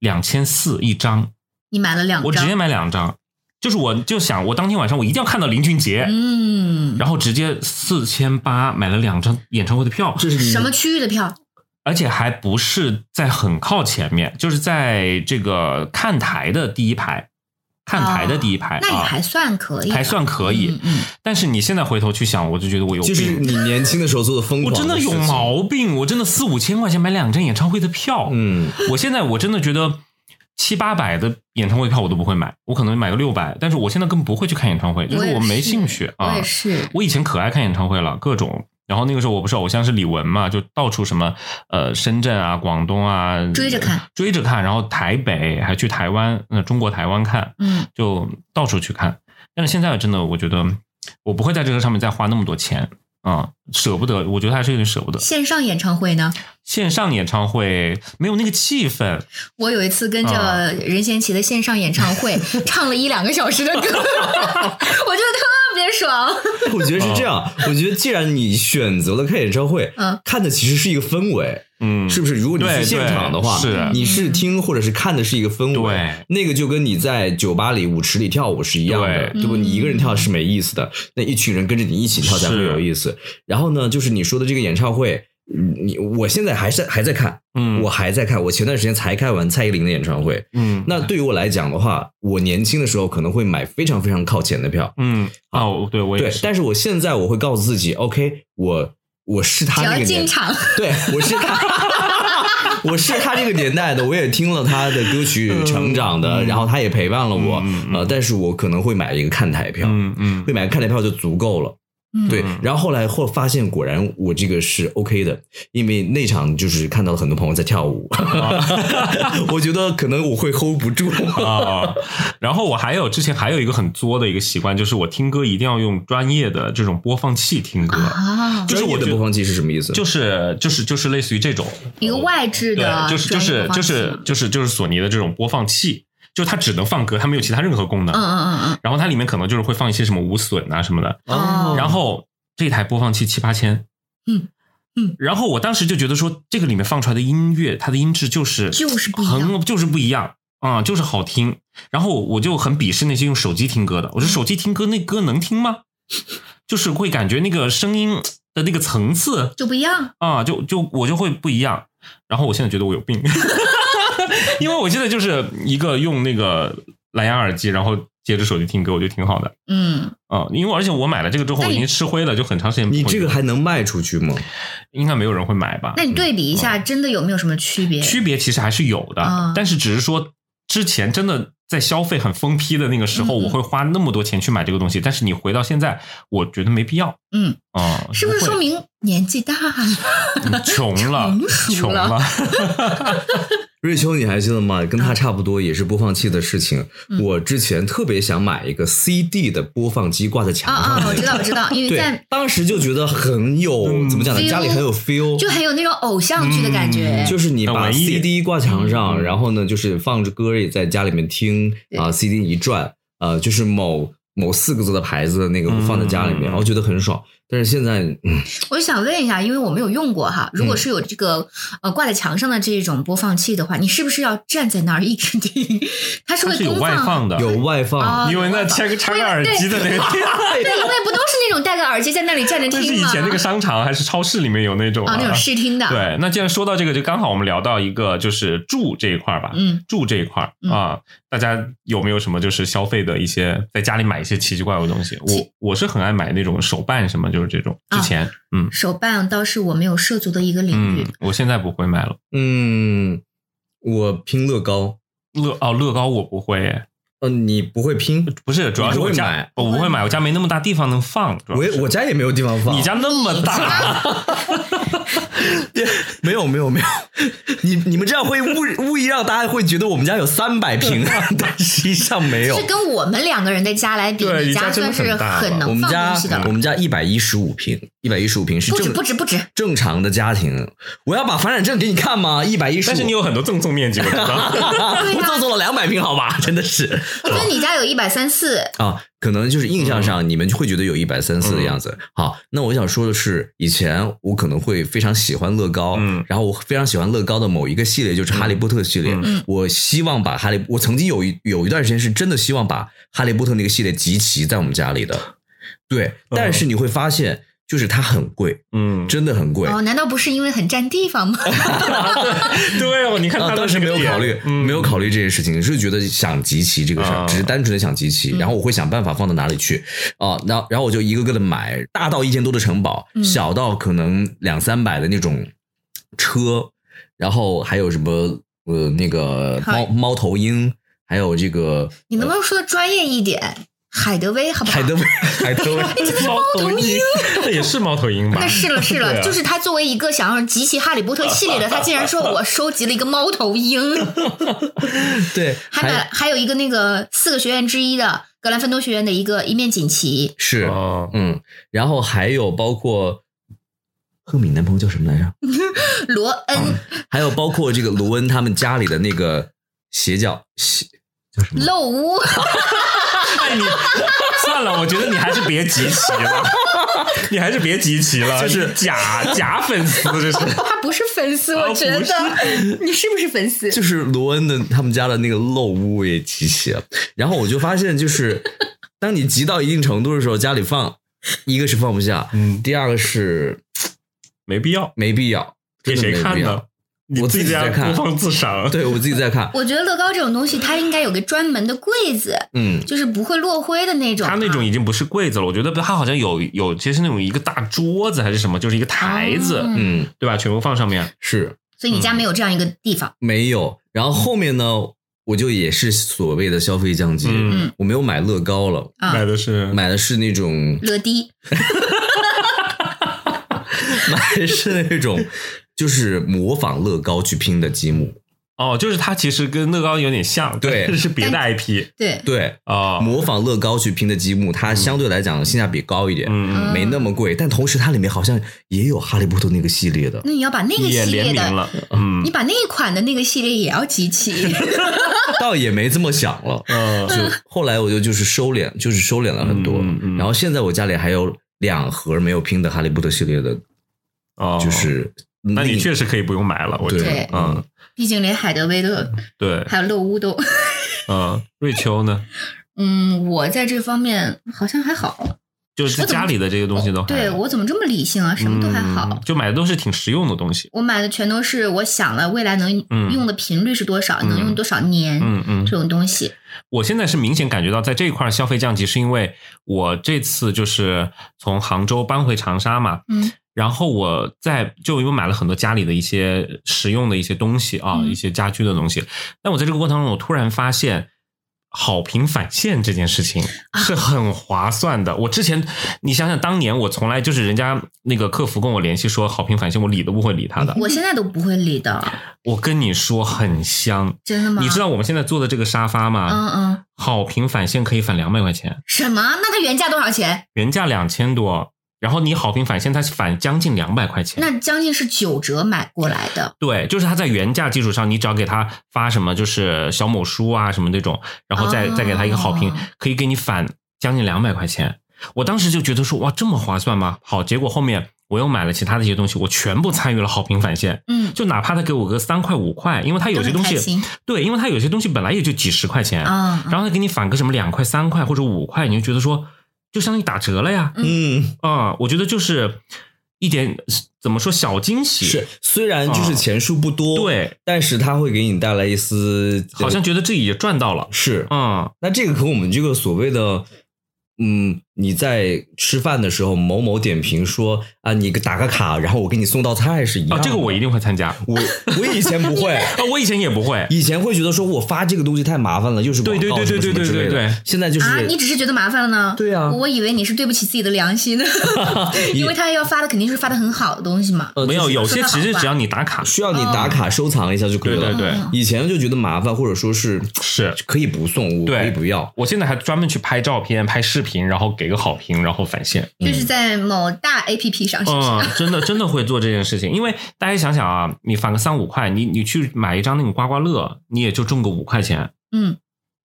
两千四一张，
你买了两张，
我直接买两张，就是我就想我当天晚上我一定要看到林俊杰，
嗯，
然后直接四千八买了两张演唱会的票，
这是你
什么区域的票？
而且还不是在很靠前面，就是在这个看台的第一排，看台的第一排，
哦那也
啊
还算可以吧，
还算可以，
嗯嗯
但是你现在回头去想，我就觉得我有病。
就是你年轻的时候做的疯
我
狂，
真的有，毛病，我真的四五千块钱买两张演唱会的票，
嗯，
我现在我真的觉得七八百的演唱会票我都不会买，我可能买个六百，但是我现在根本不会去看演唱会，就
我也
是
是
我没兴趣啊
我也。是，
我以前可爱看演唱会了，各种。然后那个时候我不是偶像是李玟嘛，就到处什么呃深圳啊、广东啊
追着看，
追着看，然后台北还去台湾，呃中国台湾看，
嗯，
就到处去看。但是现在真的，我觉得我不会在这个上面再花那么多钱啊、舍不得，我觉得还是有点舍不得。
线上演唱会呢，
线上演唱会没有那个气氛，
我有一次跟着
啊
任贤齐的线上演唱 会唱了一两个小时的歌，我觉 得特别爽。
我觉得是这
啊
样，我觉得既然你选择了看演唱会
嗯，
看的其实是一个氛围，
嗯，
是不是？如果你
对
去现场的话，
对是
你是听或者是看的是一个氛围，
对
那个就跟你在酒吧里舞池里跳舞是一样的，
对
对不？
嗯
你一个人跳是没意思的，那一群人跟着你一起跳才会
是
有意思。然后呢，就是你说的这个演唱会，嗯你我现在还是还在看，
嗯
我还在看，我前段时间才看完蔡依林的演唱会。
嗯
那对于我来讲的话，我年轻的时候可能会买非常非常靠前的票，
嗯啊，我对我也
对，
是，
但是我现在我会告诉自己，OK，我我是他
只要
那个年
进场，
对，我是他， 我是他这个年代的，我也听了他的歌曲成长的，然后他也陪伴了我，
嗯嗯
呃，但是我可能会买一个看台票，
嗯嗯
会买个看台票就足够了。
嗯
对，然后后来后发现，果然我这个是 OK 的，因为那场就是看到了很多朋友在跳舞，
哦
我觉得可能我会 hold 不住。
啊，然后我还有之前还有一个很作的一个习惯，就是我听歌一定要用专业的这种播放器听歌，
啊，
就是我
专业
觉
的播放器是什么意思？
就是就是就是类似于这种，
一个外置的
对，就是就是
专业播
就
放器
是就是就是索尼的这种播放器，就它只能放歌，它没有其他任何功
嗯
能，
嗯嗯
然后它里面可能就是会放一些什么无损啊什么的，
哦
然后这台播放器七八千，
嗯嗯，
然后我当时就觉得说，这个里面放出来的音乐，它的音质就是
就是不一样
很就是不一样啊、就是好听。然后我就很鄙视那些用手机听歌的，我
嗯
说手机听歌那歌能听吗？就是会感觉那个声音的那个层次
嗯，就不一样。
啊、就就我就会不一样。然后我现在觉得我有 病，因为我现在就是一个用那个蓝牙耳机，然后接着手机听歌，我觉得挺好的。
嗯，
啊、因为而且我买了这个之后，
那
我
你
已经吃灰了，就很长时间不
你
会
这个还能卖出去吗？
应该没有人会买吧？
那你对比一下，真的有没有什么区别？
嗯区别其实还是有的，
嗯
但是只是说之前真的在消费很疯批的那个时候，
嗯嗯
我会花那么多钱去买这个东西，但是你回到现在，我觉得没必要。
嗯，
啊、
是不是
会嗯
说明年纪大了？
穷了
成？熟
穷
了
了？
瑞秋，你还记得吗？跟他差不多也是播放器的事情。
嗯
我之前特别想买一个 CD 的播放机挂在
啊
墙上
啊，
的
我
那
知
种。
道，我知道，因为
对
在，
当时就觉得很有、
嗯
怎么讲呢？
feel
家里很有 feel，
就很有那种偶像剧的感觉
嗯。
就是你把
很文艺
CD 挂墙上，
嗯
然后呢，就是放着歌也在家里面听
对
啊、c d 一转，呃，就是某某四个字的牌子的那个
嗯
放在家里面，
嗯
我觉得很爽。但是现在，嗯，
我就想问一下，因为我没有用过哈，如
嗯
果是有这个、呃挂在墙上的这种播放器的话，你是不是要站在那儿一直听？ 它是
它
会
是有
公
外放的，
有外放，
啊
因为那插个插个耳机的那 个地方，
对，因为不都是那种戴个耳机在那里站着
这是
听
以
吗？
前那个商场还是超市里面有那种
啊，那种试听的，，
对，那既然说到这个，就刚好我们聊到一个就是住这一块儿吧，
嗯，
住这一块儿
嗯
啊，大家有没有什么就是消费的一些在家里买一些奇奇怪怪的东西？
其
我我是很爱买那种手办什么，就是这种。之
啊
前，嗯
手办倒是我没有涉足的一个领域
嗯。，我现在不会买了。
嗯，我拼乐高，
乐哦，乐高我不会，
嗯、你不会拼，
不是，主要是我
你不会
家
买
我不会买，我家没那么大地方能放。主要
我也
是
我家也没有地方放，
你家那么大，
没有没有没有，你你们这样会误误意让大家会觉得我们家有三百平，啊 但实际上没有
是，跟我们两个人的家来比，
对
你
你家
家算
真的
是
很大
很
我
能
们
放
家
东西的
嗯
我
了。
们家一百一十五平，一百一十五平是
不止
正
不止不止，
正常的家庭，我要把房产证给你看吗？一百一 十五，啊
但是你有很多赠送面积，我知 道。
我赠送了两百平，好吧，真的是。
我觉得你家有一百三四，
啊，可能就是印象
嗯
上你们就会觉得有一百三四的样子。好，那我想说的是，以前我可能会非常喜欢乐高，
嗯
然后我非常喜欢乐高的某一个系列，就是哈利波特系列。
嗯
嗯
我希望把哈利，我曾经有一有一段时间是真的希望把哈利波特那个系列集齐在我们家里的，对。但是你会发现，就是它很贵，
嗯，
真的很贵。
哦，难道不是因为很占地方吗？
对哦，你看
啊，
他
当时没有考虑，没有考虑这件事情，是觉得想集齐这个事儿，
嗯啊
只是单纯的想集齐，
嗯
然后我会想办法放到哪里去啊，然后然后我就一个个的买，大到一千多的城堡，
嗯
小到可能两三百的那种车，然后还有什么呃那个
嗨
猫猫头鹰，还有这 个
你能不能说的专业一点？海德威，好不好？
海德威 海德威，
哎
猫头鹰， 那也是猫头鹰吧
那？是 了是了，
对啊
就是他作为一个想要集齐《哈利波特》系列的，他竟然说我收集了一个猫头鹰，
对，
还买了
还
还有一个那个四个学院之一的格兰芬多学院的一个一面锦旗，
是
哦，
嗯，然后还有包括赫敏男朋友叫什么来着？
罗
嗯
恩
还有包括这个卢恩他们家里的那个斜角斜叫什么？
漏屋，
哎，你算了，我觉得你还是别集齐 了，你还是别集齐了，
就是
你假假粉丝，这是。
他不是粉丝，
啊
我觉
不
得 你是不是粉丝？
就是卢恩的他们家的那个漏屋也集齐了。然后我就发现，就是当你集到一定程度的时候，家里放一个是放不下，
嗯，
第二个是
没必要，
没必要，
给
真的
谁
没
看
必要
呢？？你
我自己
家
在看
孤芳自赏。
对我自己 在看，
我觉得乐高这种东西，它应该有个专门的柜子，
嗯，
就是不会落灰的那种。啊
它那种已经不是柜子了，我觉得它好像有有，其实那种一个大桌子还是什么，就是一个台子，
哦
嗯
对吧？全部放上面。
是
所以你家没有这样一个地方。
没有。然后后面呢，我就也是所谓的消费降级，
嗯
我没有买乐高了，
啊
买的是
买的是 那种
乐迪，
买的是那种就是模仿乐高去拼的积木，
哦，就是它其实跟乐高有点像，
对
但是是别的 IP
对，
对，
啊。
模仿乐高去拼的积木，它相对来讲性价比高一点，
嗯，嗯
没那么贵，但同时它里面好像也有哈利波特那个系列的。
那你要把那个
也
系
联名
列的，
了，嗯
你把那一款的那个系列也要集齐。
倒也没这么想了。
嗯
就后来我就就是收敛，就是收敛了很多。
嗯嗯嗯
然后现在我家里还有两盒没有拼的哈利波特系列的，
哦，
就是
那
那
你确实可以不用买了，我觉得
对，
嗯，
毕竟连海德威都
对，
还有乐屋都，
嗯，瑞秋呢，
嗯，我在这方面好像还好。哦
就是在家里的这些东西都还
对我怎么这么理性啊？什么都还好
嗯。就买的都是挺实用的东西。
我买的全都是我想了未来能
嗯
用的频率是多少，
嗯
能用多少年、
嗯嗯
这，种东西。
我现在是明显感觉到，在这一块消费降级，是因为我这次就是从杭州搬回长沙嘛，
嗯
然后我在就因为买了很多家里的一些实用的一些东西啊，
嗯
一些家居的东西，但我在这个过程中，我突然发现。好评返现这件事情
啊
是很划算的。我之前，你想想，当年我从来就是人家那个客服跟我联系说好评返现，我理都不会理他的。
我现在都不会理的，
我跟你说很香，
真的吗？
你知道我们现在坐的这个沙发吗？
嗯嗯，
好评返现可以返两百块钱，
什么？那它原价多少钱？
原价两千多，然后你好评返现，它是返将近两百块钱。
那将近是九折买过来的，
对，就是它在原价基础上，你只要给他发什么，就是小某书啊什么这种，然后再、
哦
再给他一个好评，可以给你返将近两百块钱。我当时就觉得说哇，这么划算吗？好，结果后面我又买了其他的一些东西，我全部参与了好评返现。
嗯，
就哪怕他给我个三块五块，因为他有些东
都很开
西
心，
对，因为他有些东西本来也就几十块钱，
啊、
然后他给你返个什么两块、三块或者五块，你就觉得说就相当于打折了呀。
嗯，
啊，我觉得就是一点怎么说小惊喜，
是，虽然就是钱数不多，，
啊对，
但是它会给你带来一丝
好像觉得自己也赚到了。
是
嗯，
那这个和我们这个所谓的，嗯，你在吃饭的时候，某某点评说啊，你打个卡，然后我给你送道菜是一样
啊，
的。
这个我一定会参加。啊，
我我以前不会，
我以前也不会。
以前会觉得说我发这个东西太麻烦了，又是广告
对对对对
什么什
对
么
对
之类的
对对
现在就是
啊，你只哦是觉得麻烦了呢？
对啊
我以为你是对不起自己的良心， 因为他要发的肯定是发的很好的东西嘛。
呃
没有，
就是
有些其实只要你打卡，
需要你
哦
打卡收藏一下就可以了。
呃对对
嗯
对
以前就觉得麻烦，或者说是
是
可以不送，我
对
可以不要。
我现在还专门去拍照片、拍视频，然后给个好评，然后返 现。
就是在某大 A P P 上，是不是？
嗯，真的真的会做这件事情，因为大家想想啊，你返个三五块，你你去买一张那种刮刮乐，你也就挣个五块钱。
嗯，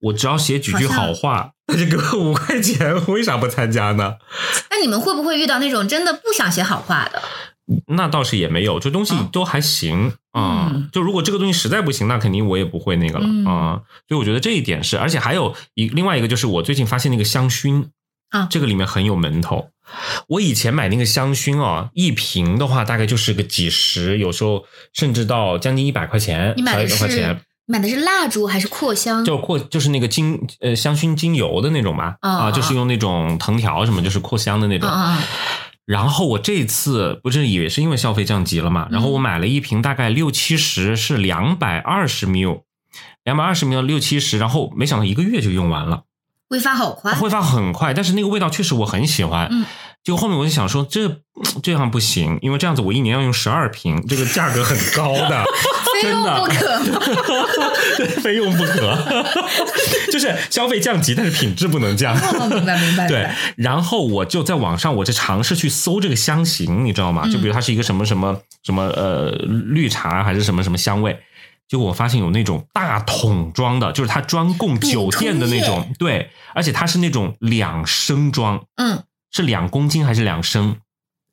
我只要写几句
好像
好话，这个五块钱为啥不参加呢？
那你们会不会遇到那种真的不想写好话的？
那倒是也没有，这东西都还行啊、
嗯
就如果这个东西实在不行，那肯定我也不会那个了
嗯
啊、所以我觉得这一点是，而且还有一另外一个就是我最近发现那个香薰
啊
这个里面很有门头。我以前买那个香薰哦，一瓶的话大概就是个几十，有时候甚至到将近一百块钱，
你买的
100块钱
是。嗯买的是蜡烛还是扩香？
就扩就是那个精呃香薰精油的那种嘛，
啊
啊，就是用那种藤条什么，就是扩香的那种。
啊啊啊
然后我这次不是也是因为消费降级了嘛，然后我买了一瓶大概六七十，是两百二十 ml，两百二十 ml 六七十，然后没想到一个月就用完了，
挥发好快，
挥发很快，但是那个味道确实我很喜欢。
啊嗯，
就后面我就想说这这样不行，因为这样子我一年要用十二瓶，这个价格很高的。
非用不可吗？
对，非用不可， 就是消费降级，但是品质不能降。
哦明白 明白明
对
白。，
然后我就在网上，我就尝试去搜这个香型，你知道吗？
嗯
就比如它是一个什么什么什么呃绿茶还是什么什么香味，结果我发现有那种大桶装的，就是它专供酒店的那
嗯
种，对，而且它是那种两升装，
嗯，
是两公斤还是两升？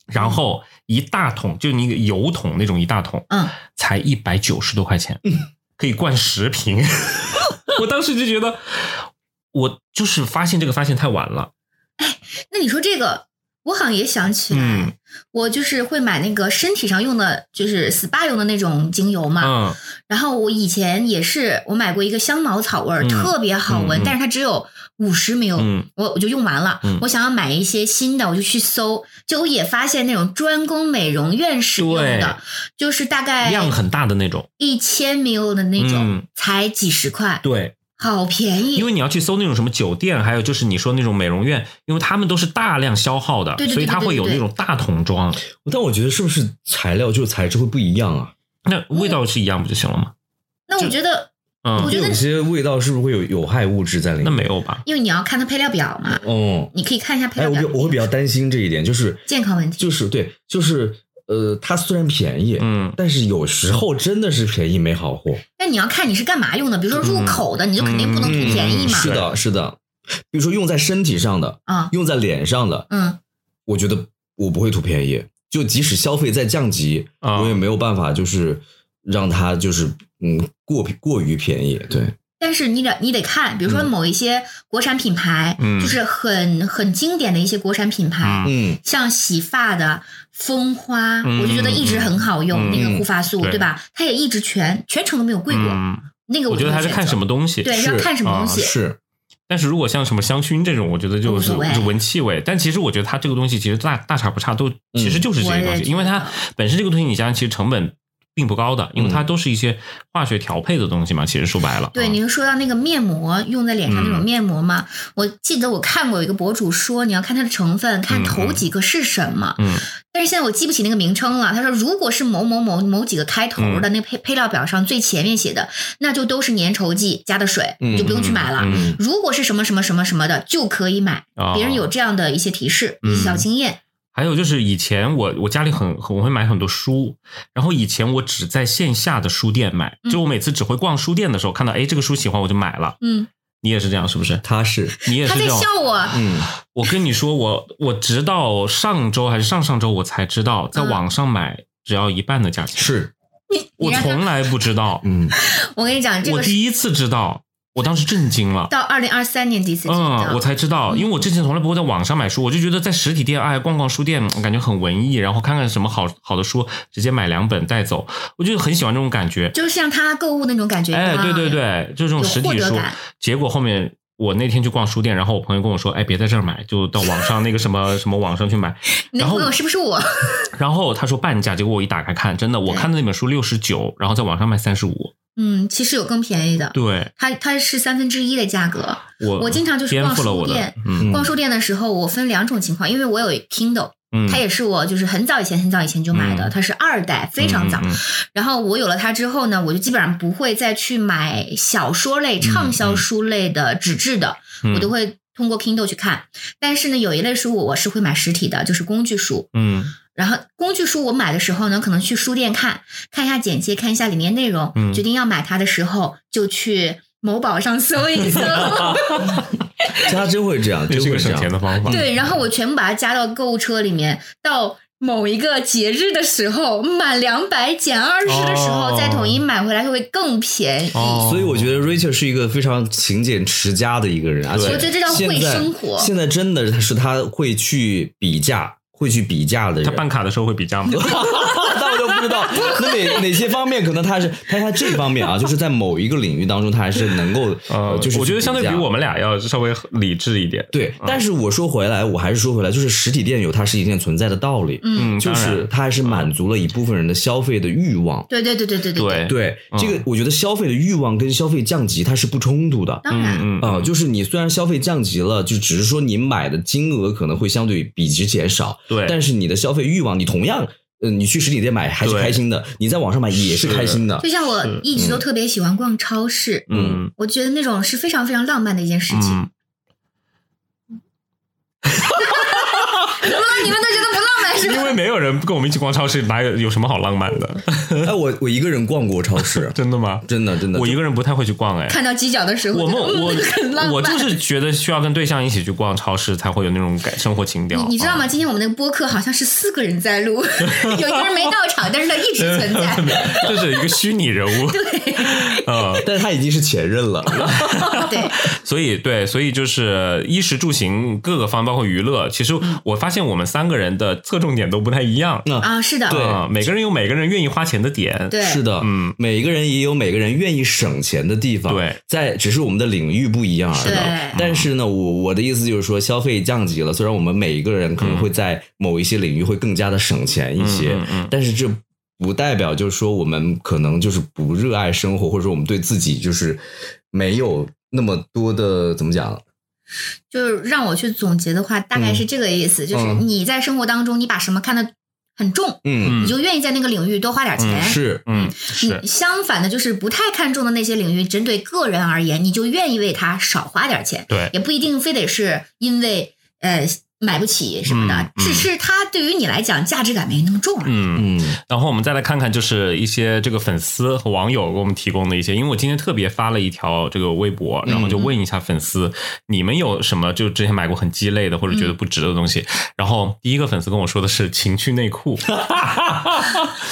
然后一大桶，就你油桶那种一大桶，
嗯，
才一百九十多块钱，可以灌十瓶。 我当时就觉得，我就是发现这个发现太晚了。
那你说这个，我好像也想起来，
嗯
我就是会买那个身体上用的，就是 SPA 用的那种精油嘛。
嗯，
然后我以前也是，我买过一个香茅草味儿，
嗯
特别好闻，
嗯嗯
但是它只有五十 ml，、
嗯
我我就用完了。
嗯
我想要买一些新的，我就去搜，就我也发现那种专供美容院使用的，就是大概
量很大的那种。
一千 ml 的那种，
嗯
才几十块，
对，
好便宜。
因为你要去搜那种什么酒店，还有就是你说那种美容院，因为他们都是大量消耗的，
对对对
所以它会有那种大桶装，
但我觉得是不是材料就是材质会不一样啊？
那味道是一样不就行了吗？
那我觉得，我
嗯，
觉
就
得
有些味道是不是会有有害物质在里
那
面？
没有吧？
因为你要看它配料表嘛，
哦，
你可以看一下配
哎，
料
我比
表。
我会比较担心这一点，就是
健康问题
就是对，就是呃，它虽然便宜，
嗯，
但是有时候真的是便宜没好货。
但你要看你是干嘛用的，比如
嗯
说入口的，你就肯定不能图嗯便宜嘛。
嗯是的，是的，比如说用在身体上的，
啊，
用在脸上的，
嗯，
我觉得我不会图便宜，就即使消费再降级，
啊
我也没有办法就是让它就是嗯过过于便宜。对，
但是你得你得看，比如说某一些国产品牌，
嗯
就是很很经典的一些国产品牌，
嗯
嗯，
像洗发的蜂花，
嗯
我就觉得一直很好
嗯
用，那个护发素，
对
对吧？它也一直全全程都没有贵过，
嗯，
那个
我觉得还是看啊什
么。
么东西。
对，
是
要看什么东西。
嗯是
但是如果像什么香薰这种，我觉得
无
就是
所谓
就闻气味。但其实我觉得它这个东西其实大大差不差，都其实就是这
嗯我
些
也
东西，
觉得
因为它本身这个东西，你想想，其实成本并不高的，因为它都是一些化学调配的东西嘛。其实说白了，
嗯对，
啊
你就说到那个面膜用在脸上那种
嗯
面膜嘛，我记得我看过有一个博主说，你要看它的成分，看
嗯
头
嗯
几个是什么。
嗯
但是现在我记不起那个名称了。他说，如果是某某某某几个开头
嗯
的那配配料表上最前面写的，那就都是粘稠剂加的水，
嗯
你就不用去买了。
嗯
如果是什么什么什么什么的，就可以买。
啊
别人有这样的一些提示、
嗯
小经验。
还有就是以前我我家里很很我会买很多书，然后以前我只在线下的书店买，
嗯
就我每次只会逛书店的时候看到，哎，这个书喜欢我就买了。
嗯，
你也是这样是不是？
他是
你也
他
是这
在
种？
笑 我，
嗯，
我跟你说，我我直到上周还是上上周我才知道，在
嗯
网上买只要一半的价钱，
是
我
你让他
从来不知道，
嗯，
我跟你讲， 这
我
个是
第一次知道，我当时震惊了。
到二零二三年第一次知道
嗯，我才知道，因为我之前从来不会在网上买书，我就觉得在实体店，哎，逛逛书店，嗯感觉很文艺，然后看看什么好好的书，直接买两本带走，我就很喜欢这种感觉。
就是像他购物那种感觉一啊
哎，
样。
对对对，就这种
有
实
获
体
得
书
感。
结果后面我那天去逛书店，然后我朋友跟我说，哎，别在这儿买，就到网上那个什么 什么网上去买。
你那
然后
朋友是不是我？
然后他说半价，结果我一打开看，真的，我看的那本书六十九，然后在网上卖三十五。
嗯，其实有更便宜的，
对
它它是三分之一的价格。
我，
我经常就是
颠
逛
覆了
书
我的
店，
嗯
逛书店的时候，我分两种情况，因为我有 Kindle，
嗯，
它也是我就是很早以前很早以前就买的，
嗯
它是二代，非常早
嗯。嗯嗯
然后我有了它之后呢，我就基本上不会再去买小说类、畅销书类的纸质的，
嗯
我都会通过 Kindle 去看。但是呢，有一类书我我是会买实体的，就是工具书。
嗯
然后工具书我买的时候呢，可能去书店看看一下简介，看一下里面内容，
嗯
决定要买它的时候就去某宝上搜一 搜。
他真会这样，
这
真
是
会
个
这
省钱
样。
的方法。
对，然后我全部把它加到购物车里面，到某一个节日的时候，满两百减二十的时候，
哦
再统一买回来，就会更便宜。
哦，
所以我觉得 Rachel 是一个非常勤俭持家的一个人，而且
我
觉得这叫
现
会
在
生活
现在真的是他会去比价，会去比价的人。
他办卡的时候会比价吗？
那我就不知道，那哪哪些方面可能他是，但他这方面啊，就是在某一个领域当中，他还是能够，呃，就是
我觉得相对
去
比
价
我们俩要稍微理智一点。
对。但是我说回来，我还是说回来，就是实体店有它是一定存在的道理，
嗯，
嗯，
就
当然
是它还是满足了一部分人的消费的欲望。
对对对对对对
对，
对，这个我觉得消费的欲望跟消费降级它是不冲突的。
当然，
嗯嗯
啊、就是你虽然消费降级了，就只是说你买的金额可能会相对比之前少，
对，
但是你的消费欲望，你同样，呃，你去实体店买还是
对
开心的，你在网上买也是
是
开心的
就，像我一直都特别喜欢逛超市，
嗯
我觉得那种是非常非常浪漫的一件事情。
嗯，
怎么了？你们都觉得不浪漫是吧？
因为没有人跟我们一起逛超市，哪有有什么好浪漫的？，
哎，我我一个人逛过超市
真的吗？
真的真的，
我一个人不太会去逛 哎。
看到犄角的时候，
我们
觉得嗯
我
很浪漫。
我就是觉得需要跟对象一起去逛超市，才会有那种感生活情
你
调。
你知道
啊
吗？？今天我们那个播客好像是四个人在 录，有一个人没到场，但是他一直存在。
啊这是一个虚拟人 物。嗯，
但是他已经是前任了，
对，
所以对，所以就是衣食住行各个方面，包括娱乐。其实
嗯
我发现我们三个人的侧重点都不太一样。
啊，是的，
对
啊，每个人有每个人愿意花钱的点。
对
是的，
嗯，
每个人也有每个人愿意省钱的地方，
对，
在只是我们的领域不一样而
是的嗯
已。啊但是呢，我我的意思就是说，消费降级了，虽然我们每一个人可能会在某一些领域会更加的省钱一些，
嗯嗯嗯嗯
但是这。不代表就是说我们可能就是不热爱生活，或者说我们对自己就是没有那么多的怎么讲？
就是让我去总结的话，大概是这个意思，就是
嗯
你在生活当中，你把什么看得很重，
嗯，
你就愿意在那个领域多花点钱。
是，
嗯，
你
是，
相反的，就是不太看重的那些领域，针对个人而言，你就愿意为他少花点钱，
对，
也不一定非得是因为呃买不起什么的
嗯，嗯
只是他对于你来讲价值感没那么重啊了。
嗯。
嗯
然后我们再来看看，就是一些这个粉丝和网友给我们提供的一些，因为我今天特别发了一条这个微博，然后就问一下粉丝，你们有什么就之前买过很鸡肋的或者觉得不值的东西？然后第一个粉丝跟我说的是情趣内 裤，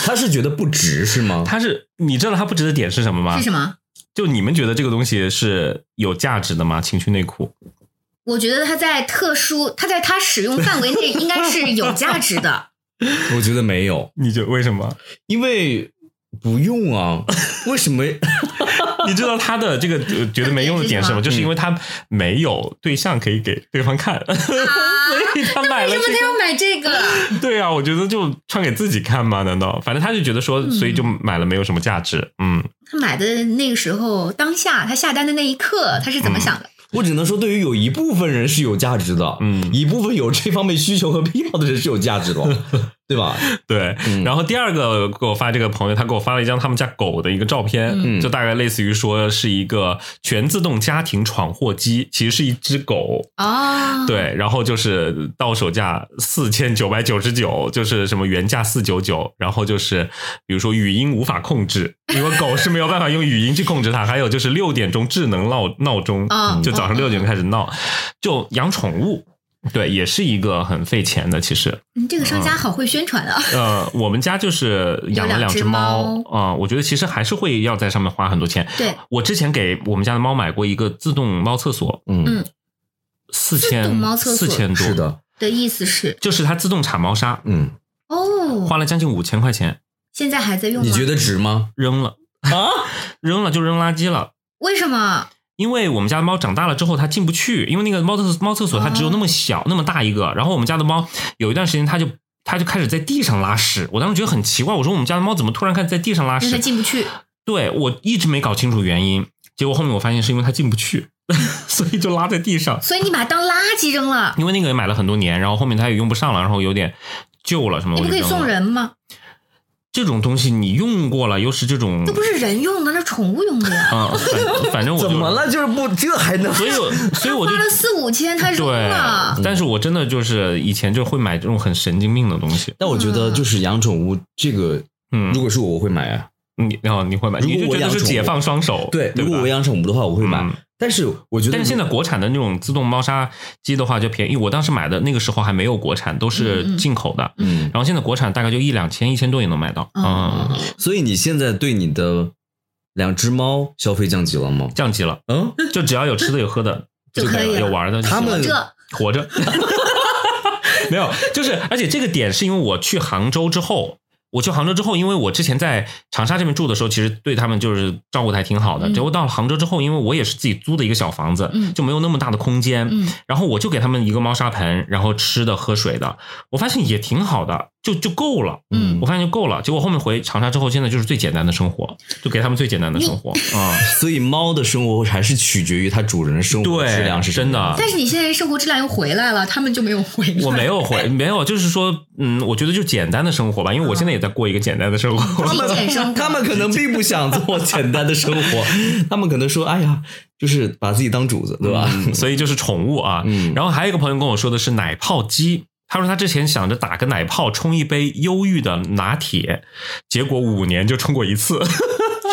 他是觉得不值是吗？
他是你知道他不值的点是什么吗
是？什么？
就你们觉得这个东西是有价值的吗？情趣内裤？
我觉得他在特殊，他在他使用范围内应该是有价值 的。
我觉得没有，
你觉得为什么？
因为不用 啊，为什么？
你知道他的这个呃觉得没用的点是什么？就是因为他没有对象可以给对方看，所以他买
为
了
什么
这
他
个。
要买这个？
对啊，我觉得就穿给自己看嘛，难道？反正他就觉得说，所以就买了没有什么价值。嗯，
他买的那个时候，当下他下单的那一刻，他是
嗯
怎么想的？
我只能说，对于有一部分人是有价值的，
嗯
一部分有这方面需求和癖好的人是有价值的。对吧？
对，
嗯
然后第二个给我发这个朋友，他给我发了一张他们家狗的一个照片，
嗯
就大概类似于说是一个全自动家庭闯祸机，其实是一只狗。
哦，
对，然后就是到手价四千九百九十九，就是什么原价四九九，然后就是比如说语音无法控制，因为狗是没有办法用语音去控制它。还有就是六点钟智能闹闹钟
嗯，
就早上六点钟开始闹，就养宠物，对，也是一个很费钱的，其实。
你嗯这个
嗯
商家好会宣传啊！
呃，我们家就是养了
有两
只
只
猫
猫，
啊、我觉得其实还是会要在上面花很多钱。
对，
我之前给我们家的猫买过一个自动猫厕所，
嗯
嗯，
四
自
千
动猫厕
四
所
千多，
是，的，
的意思是
就是它自动铲猫砂，
嗯，
哦，
花了将近五千块钱，
现在还在用吗？
你觉得值吗？
扔了啊， 扔了就扔垃圾了。
为什么？
因为我们家的猫长大了之后，它进不去，因为那个猫厕猫厕所它只有
啊
那么小、那么大一个。然后我们家的猫有一段时间，它就它就开始在地上拉屎，我当时觉得很奇怪，我说我们家的猫怎么突然开始在地上拉
因为
屎
它？进不去。
对我一直没搞清楚原因，结果后面我发现是因为它进不去， 所以就拉在地上。
所以你把它当垃圾扔了，
因为那个也买了很多年，然后后面它也用不上了，然后有点旧了什么，
哎你
嗯我就
不可以
扔
送
了。
人吗？
这种东西你用过了，又是这种，
那不是人用的，那宠物用的呀。
嗯， 反反正我就
怎么？了？就是不，这还能？
所以我所以我就
花了四五千，它扔
对
了，，
但是我真的就是以前就会买这种很神经病的东西。
但我觉得就是养宠物这个，
嗯
如，果是我，我会买啊。
你然后你会买？
如果
你就
我
觉得
养
是
宠物
解放双手，
对，
哦吧
如果我养宠物的话，我会买
嗯。
但是我觉得，
但是现在国产的那种自动猫砂机的话就便宜，我当时买的那个时候还没有国产，都是进口的。
嗯，
然后现在国产大概就一两千、一千多也能买到，
嗯
嗯，
所以你现在对你的两只猫消费降级了吗？
降级了，
嗯，
就只要有吃的、有喝的
就可以了
有玩的就行了，
他们
这
活 着，没有，就是而且这个点是因为我去杭州之后。我去杭州之后，因为我之前在长沙这边住的时候，其实对他们就是照顾的还挺好的。
嗯
结果到了杭州之后，因为我也是自己租的一个小房子，
嗯
就没有那么大的空间，
嗯，
然后我就给他们一个猫砂盆，然后吃的喝水的，我发现也挺好的，就就够了。
嗯
我发现就够了。结果后面回长沙之后，现在就是最简单的生活，就给他们最简单的生活啊、
所以猫的生活还是取决于它主人的生活质量是什么样
对
但是你现在生活质量又回来了，他们就没有回 来。
我没有回，没有，就是说，嗯，我觉得就简单的生活吧，因为
嗯
我现在也在过一个简单的生 活。
极简生活
他们可能并不想做简单的生 活，他们可能说：“哎呀，就是把自己当主子，对吧？”
嗯 所以就是宠物啊。
嗯
然后还有一个朋友跟我说的是奶泡机，他说他之前想着打个奶泡冲一杯忧郁的拿铁，结果五年就冲过一 次。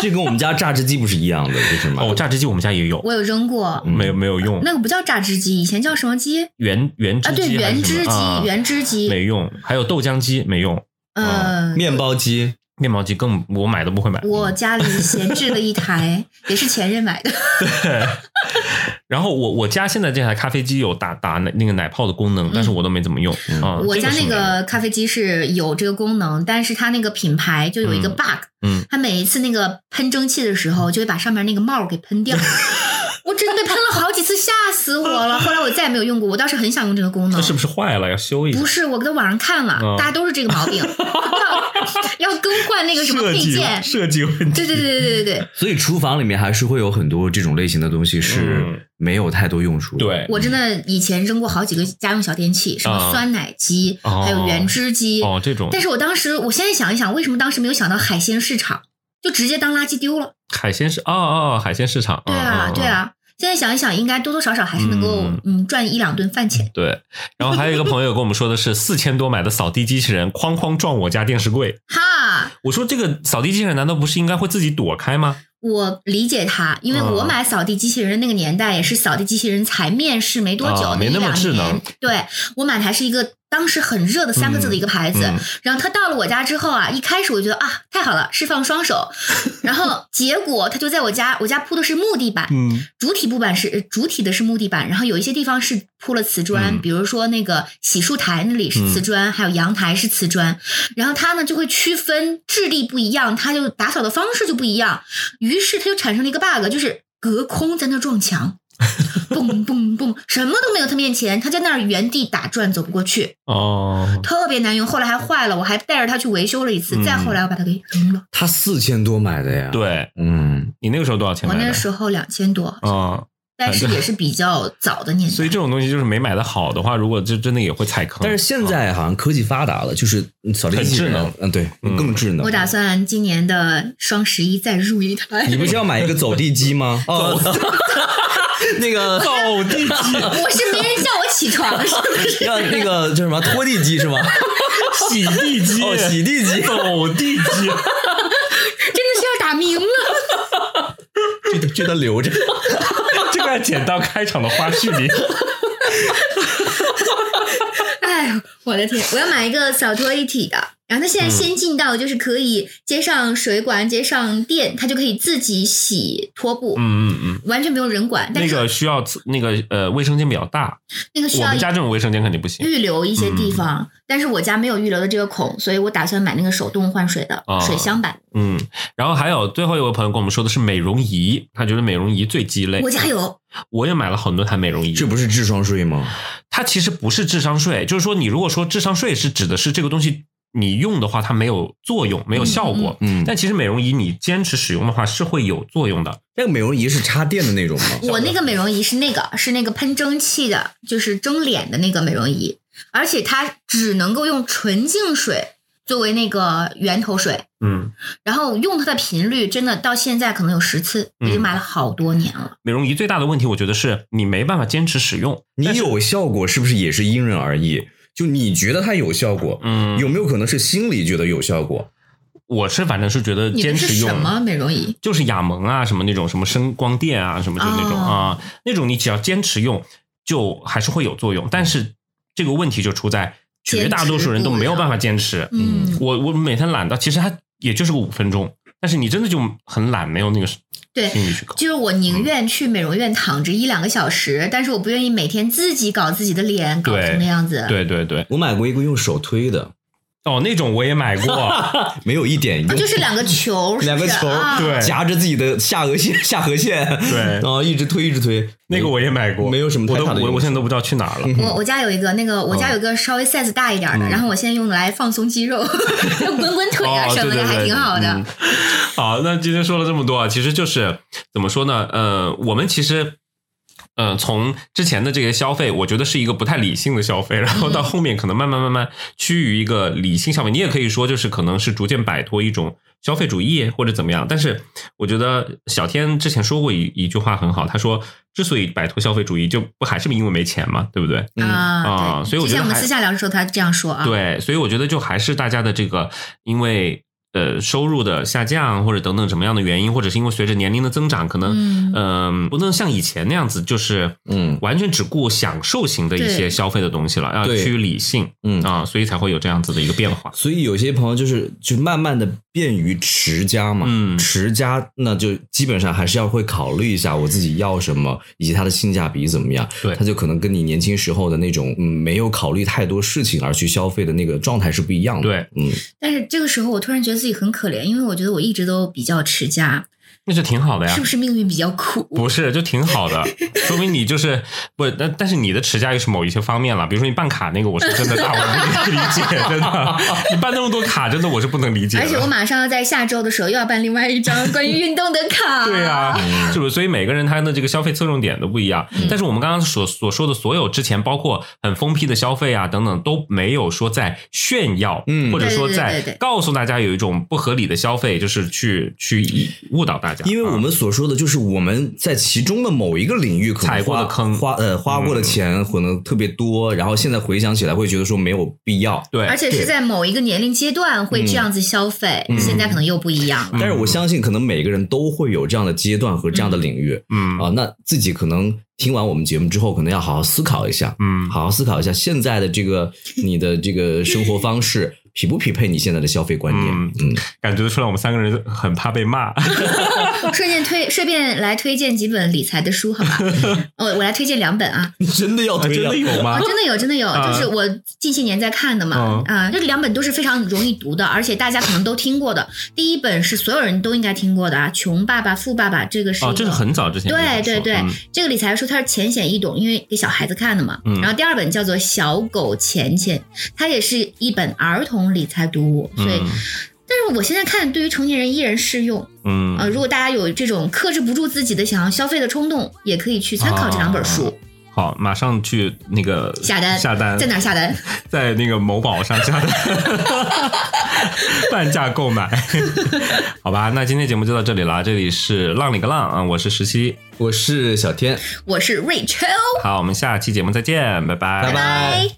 这跟我们家榨汁机不是一样的，就是嘛。
哦，榨汁机我们家也有，嗯
我有扔过，
没有没有用。
那个不叫榨汁机，以前叫什么机？
原原汁
啊，对，
机还
原
是什
汁
么
机
啊，
原汁
没啊
机，
用，还有豆浆机没用，
嗯。
面包机，
面包机更我买都不会买。
我家里闲置了一台， 也是前任买的。
然后我我家现在这台咖啡机有打打那那个奶泡的功能，但是我都没怎么用啊。
嗯我家
这
那
是没用
个咖啡机是有这个功能，但是它那个品牌就有一个
嗯
bug，
嗯
它每一次那个喷蒸汽的时候，就会把上面那个帽儿给 喷掉。我真的被喷了好几次，吓死我 了。后来我再也没有用过，我倒是很想用这个功
那
能。
是不是坏了要修一下
嗯不？是，我在网上看了，
嗯
大家都是这个毛 病，要要更换那个什么
设
配
计
件。
设计问题。
对对对对对对，
所以厨房里面还是会有很多这种类型的东西
嗯
是没有太多用处的。
对
我真的以前扔过好几个家用小电器，什
啊
么酸奶机，
哦
还有原汁机。
哦，这种
但是我当时，我现在想一想，为什么当时没有想到海鲜市场，就直接当垃圾丢了？
海鲜市哦哦海鲜市场。
对啊，
嗯嗯
对。
嗯
啊。现在想一想，应该多多少少还是能够
嗯
嗯赚一两顿饭钱。
对，然后还有一个朋友跟我们说的是四千多买的扫地机器人，哐哐撞我家电视柜。
哈，
我说这个扫地机器人难道不是应该会自己躲开吗？
我理解他，因为
嗯
我买扫地机器人的那个年代，也是扫地机器人才面世没多久，
啊没那么
一两
智
年
能。
对我买的还是一个当时很热的三个字的一个牌子，
嗯嗯
然后它到了我家之后啊，一开始我觉得啊太好了，释放双手，然后结果它就在我家，我家铺的是木地板，
嗯，
主体部板是呃主体的是木地板，然后有一些地方是铺了瓷砖，
嗯
比如说那个洗漱台那里是瓷砖，还有阳台是瓷砖。然后它呢就会区分质地不一样，它就打扫的方式就不一样，于是它就产生了一个 bug，就是隔空在那撞 墙，蹦蹦蹦，什么都没有它面前，它在那儿原地打转走不过去，
哦，
特别难用。后来还坏了，我还带着它去维修了一次，
嗯
再后来我把它给扔了。
它四千多买的呀。，
对
嗯，
你那个时候多少钱
我
买的？
那时候两千多，
嗯，
但是也是比较早的年代。
所以这种东西就是没买的好的话，如果这真的也会踩坑。
但是 现在好像科技发达了，就是扫地机
很
器
智
人
能，
嗯，对，更智能
我。打算今年的双十一再入一 台。
你不是要买一个走地机 吗？哦，那个
扫地 机、
我是没人叫我起床，是不是？
要那个叫什么拖地机是吗？
洗地机、
哦，洗地机。
走 地机，
真的是要打鸣了。
这个这段留着。
这个剪到开场的花絮里。
哎呦，我的天！我要买一个扫拖一体的。然后它现在先进到就是可以接上水管、接上电，它就可以自己洗拖布，
嗯嗯嗯，
完全没有人管。但
那
是
个需要那个呃卫生间比较大，
那个需
我
要
们家这种嗯卫生间肯定不行。
预留一些地方，但是我家没有预留的这个孔，所以我打算买那个手动换水的、
啊
水箱版。
嗯，然后还有最后一位朋友跟我们说的是美容仪，他觉得美容仪最鸡肋。
我家有，
我也买了很多台美容仪，
这不是智商税吗？
它其实不是智商税，就是说你如果说智商税是指的是这个东西你用的话它没有作用，没有效果。
嗯，
但其实美容仪你坚持使用的话是会有作用的，
那个美容仪是插电的那种吗？
我那个美容仪是那个是那个喷蒸汽的，就是蒸脸的那个美容仪，而且它只能够用纯净水作为那个源头水，
嗯，
然后用它的频率真的到现在可能有十次，
嗯
已经买了好多年了。
美容仪最大的问题我觉得是你没办法坚持使用，
你有效果是不是也是因人而异？就你觉得它有效果，
嗯，
有没有可能是心里觉得有效果？
我是反正是觉得
你
坚
的
持
是
用
什么美容仪？
就是雅萌啊，什么那种什么声光电啊，什么就那种
哦
啊，那种你只要坚持用，就还是会有作用。但是这个问题就出在绝大多数人都没有办法坚持。
嗯，
我我每天懒到，其实它也就是个五分钟，但是你真的就很懒，没有那个心
对。
理去搞。
就是我
嗯
宁愿去美容院躺着一两个小时，但是我不愿意每天自己搞自己的脸，搞
对
成那样子。
对对对，
我买过一个用手推的，
哦，那种我也买 过，
没有一点
啊，
用，
就是两个球，
两个
是不
球
是啊、
对
夹着自己的下颌线， 下颌线，
对
然后一直推，一直推。
那个我也买过，
没有什么
我
太
都
大的
我
用
我
处
现在都不知道去哪儿了。
我我家有一个那
哦
个，我家有一个稍微 size 大一点
嗯
的，然后我现在用来放松肌肉， 用滚 滚腿啊
哦，
什
对
么
对
的，
对，
还挺好的
嗯。好，那今天说了这么多啊，其实就是怎么说呢？呃，我们其实。呃，从之前的这个消费，我觉得是一个不太理性的消费，然后
嗯
到后面可能慢慢慢慢趋于一个理性消费。你也可以说，就是可能是逐渐摆脱一种消费主义或者怎么样。但是我觉得小天之前说过一一句话很好，他说，之所以摆脱消费主义，就不还是因为没钱嘛，对不对？
嗯
啊
啊
对
所以我
之
觉得
前我们
还
私下聊的时候，他这样说啊，
对，所以我觉得就还是大家的这个，因为呃收入的下降或者等等什么样的原因，或者是因为随着年龄的增长，可能
嗯
嗯、呃不能像以前那样子，就是
嗯
完全只顾享受型的一
对
些消费的东西了，要
对
趋于理性，
嗯
啊，所以才会有这样子的一个变化。
所以有些朋友就是就慢慢的便于持家嘛，
嗯
持家那就基本上还是要会考虑一下我自己要什么，以及它的性价比怎么样。
对
它就可能跟你年轻时候的那种嗯没有考虑太多事情而去消费的那个状态是不一样的。
对，
嗯，
但是这个时候我突然觉得自己很可怜，因为我觉得我一直都比较持家，
那就挺好的呀
是。不是命运比较苦？
啊不是，就挺好 的，说明你就是不，但但是你的持家又是某一些方面了，比如说你办卡那个，我是真的 大我不能理解，真的，你办那么多卡，真的我是不啊能理解的。
而且我马上要在下周的时候又要办另外 一张关于运动的卡，
对啊，是不是？所以每个人他的这个消费侧重点都不一样。但是我们刚刚所所说的所有之前，包括很疯批的消费啊等等，都没有说在炫耀，
嗯
或者说
对
在
对对对对
告诉大家有一种不合理的消费，就是去去以误导大家。嗯
因为我们所说的就是我们在其中的某一个领域可能
踩过的
花
坑嗯
花呃花过的钱可能特别多，然后现在回想起来会觉得说没有必要。
对，
而且是
对
在某一个年龄阶段会这样子消费，
嗯
现在可能又不一样了。
但是我相信，可能每个人都会有这样的阶段和这样的领域。
嗯
啊，那自己可能听完我们节目之后，可能要好好思考一下，
嗯
好好思考一下现在的这个你的这个生活方式 匹不匹配你现在的消费观点？
嗯
嗯，
感觉得出来我们三个人很怕被骂。
顺便推，顺便来推荐几本理财的 书，好吧？我我来推荐两本啊，
真的要
真
推啊
的有吗
哦，？真的有，真的有，
啊
就是我近些年在看的嘛
嗯，
啊，这两本都是非常容易读的，而且大家可能都听过的。第一本是所有人都应该听过的啊，《穷爸爸富爸爸》，这个是
哦
一，
这个很早之前就
对
有
对
说
对，
嗯
这个理财书它是浅显易懂，因为给小孩子看的嘛。然后第二本叫做《小狗钱钱》，它也是一本儿童理财读物，所以。
嗯
但是我现在看，对于成年人依然适用
嗯
啊、呃如果大家有这种克制不住自己的想要消费的冲动，也可以去参考这两本书。
好，马上去那个
下单，
啊下单，
在哪儿下单？
在那个某宝上下单， 半价购买， 好吧？那今天节目就到这里啦，这里是浪里个浪啊，我是十七，
我是小天，
我是 Rachel，
好，我们下期节目再见，拜拜
拜
拜。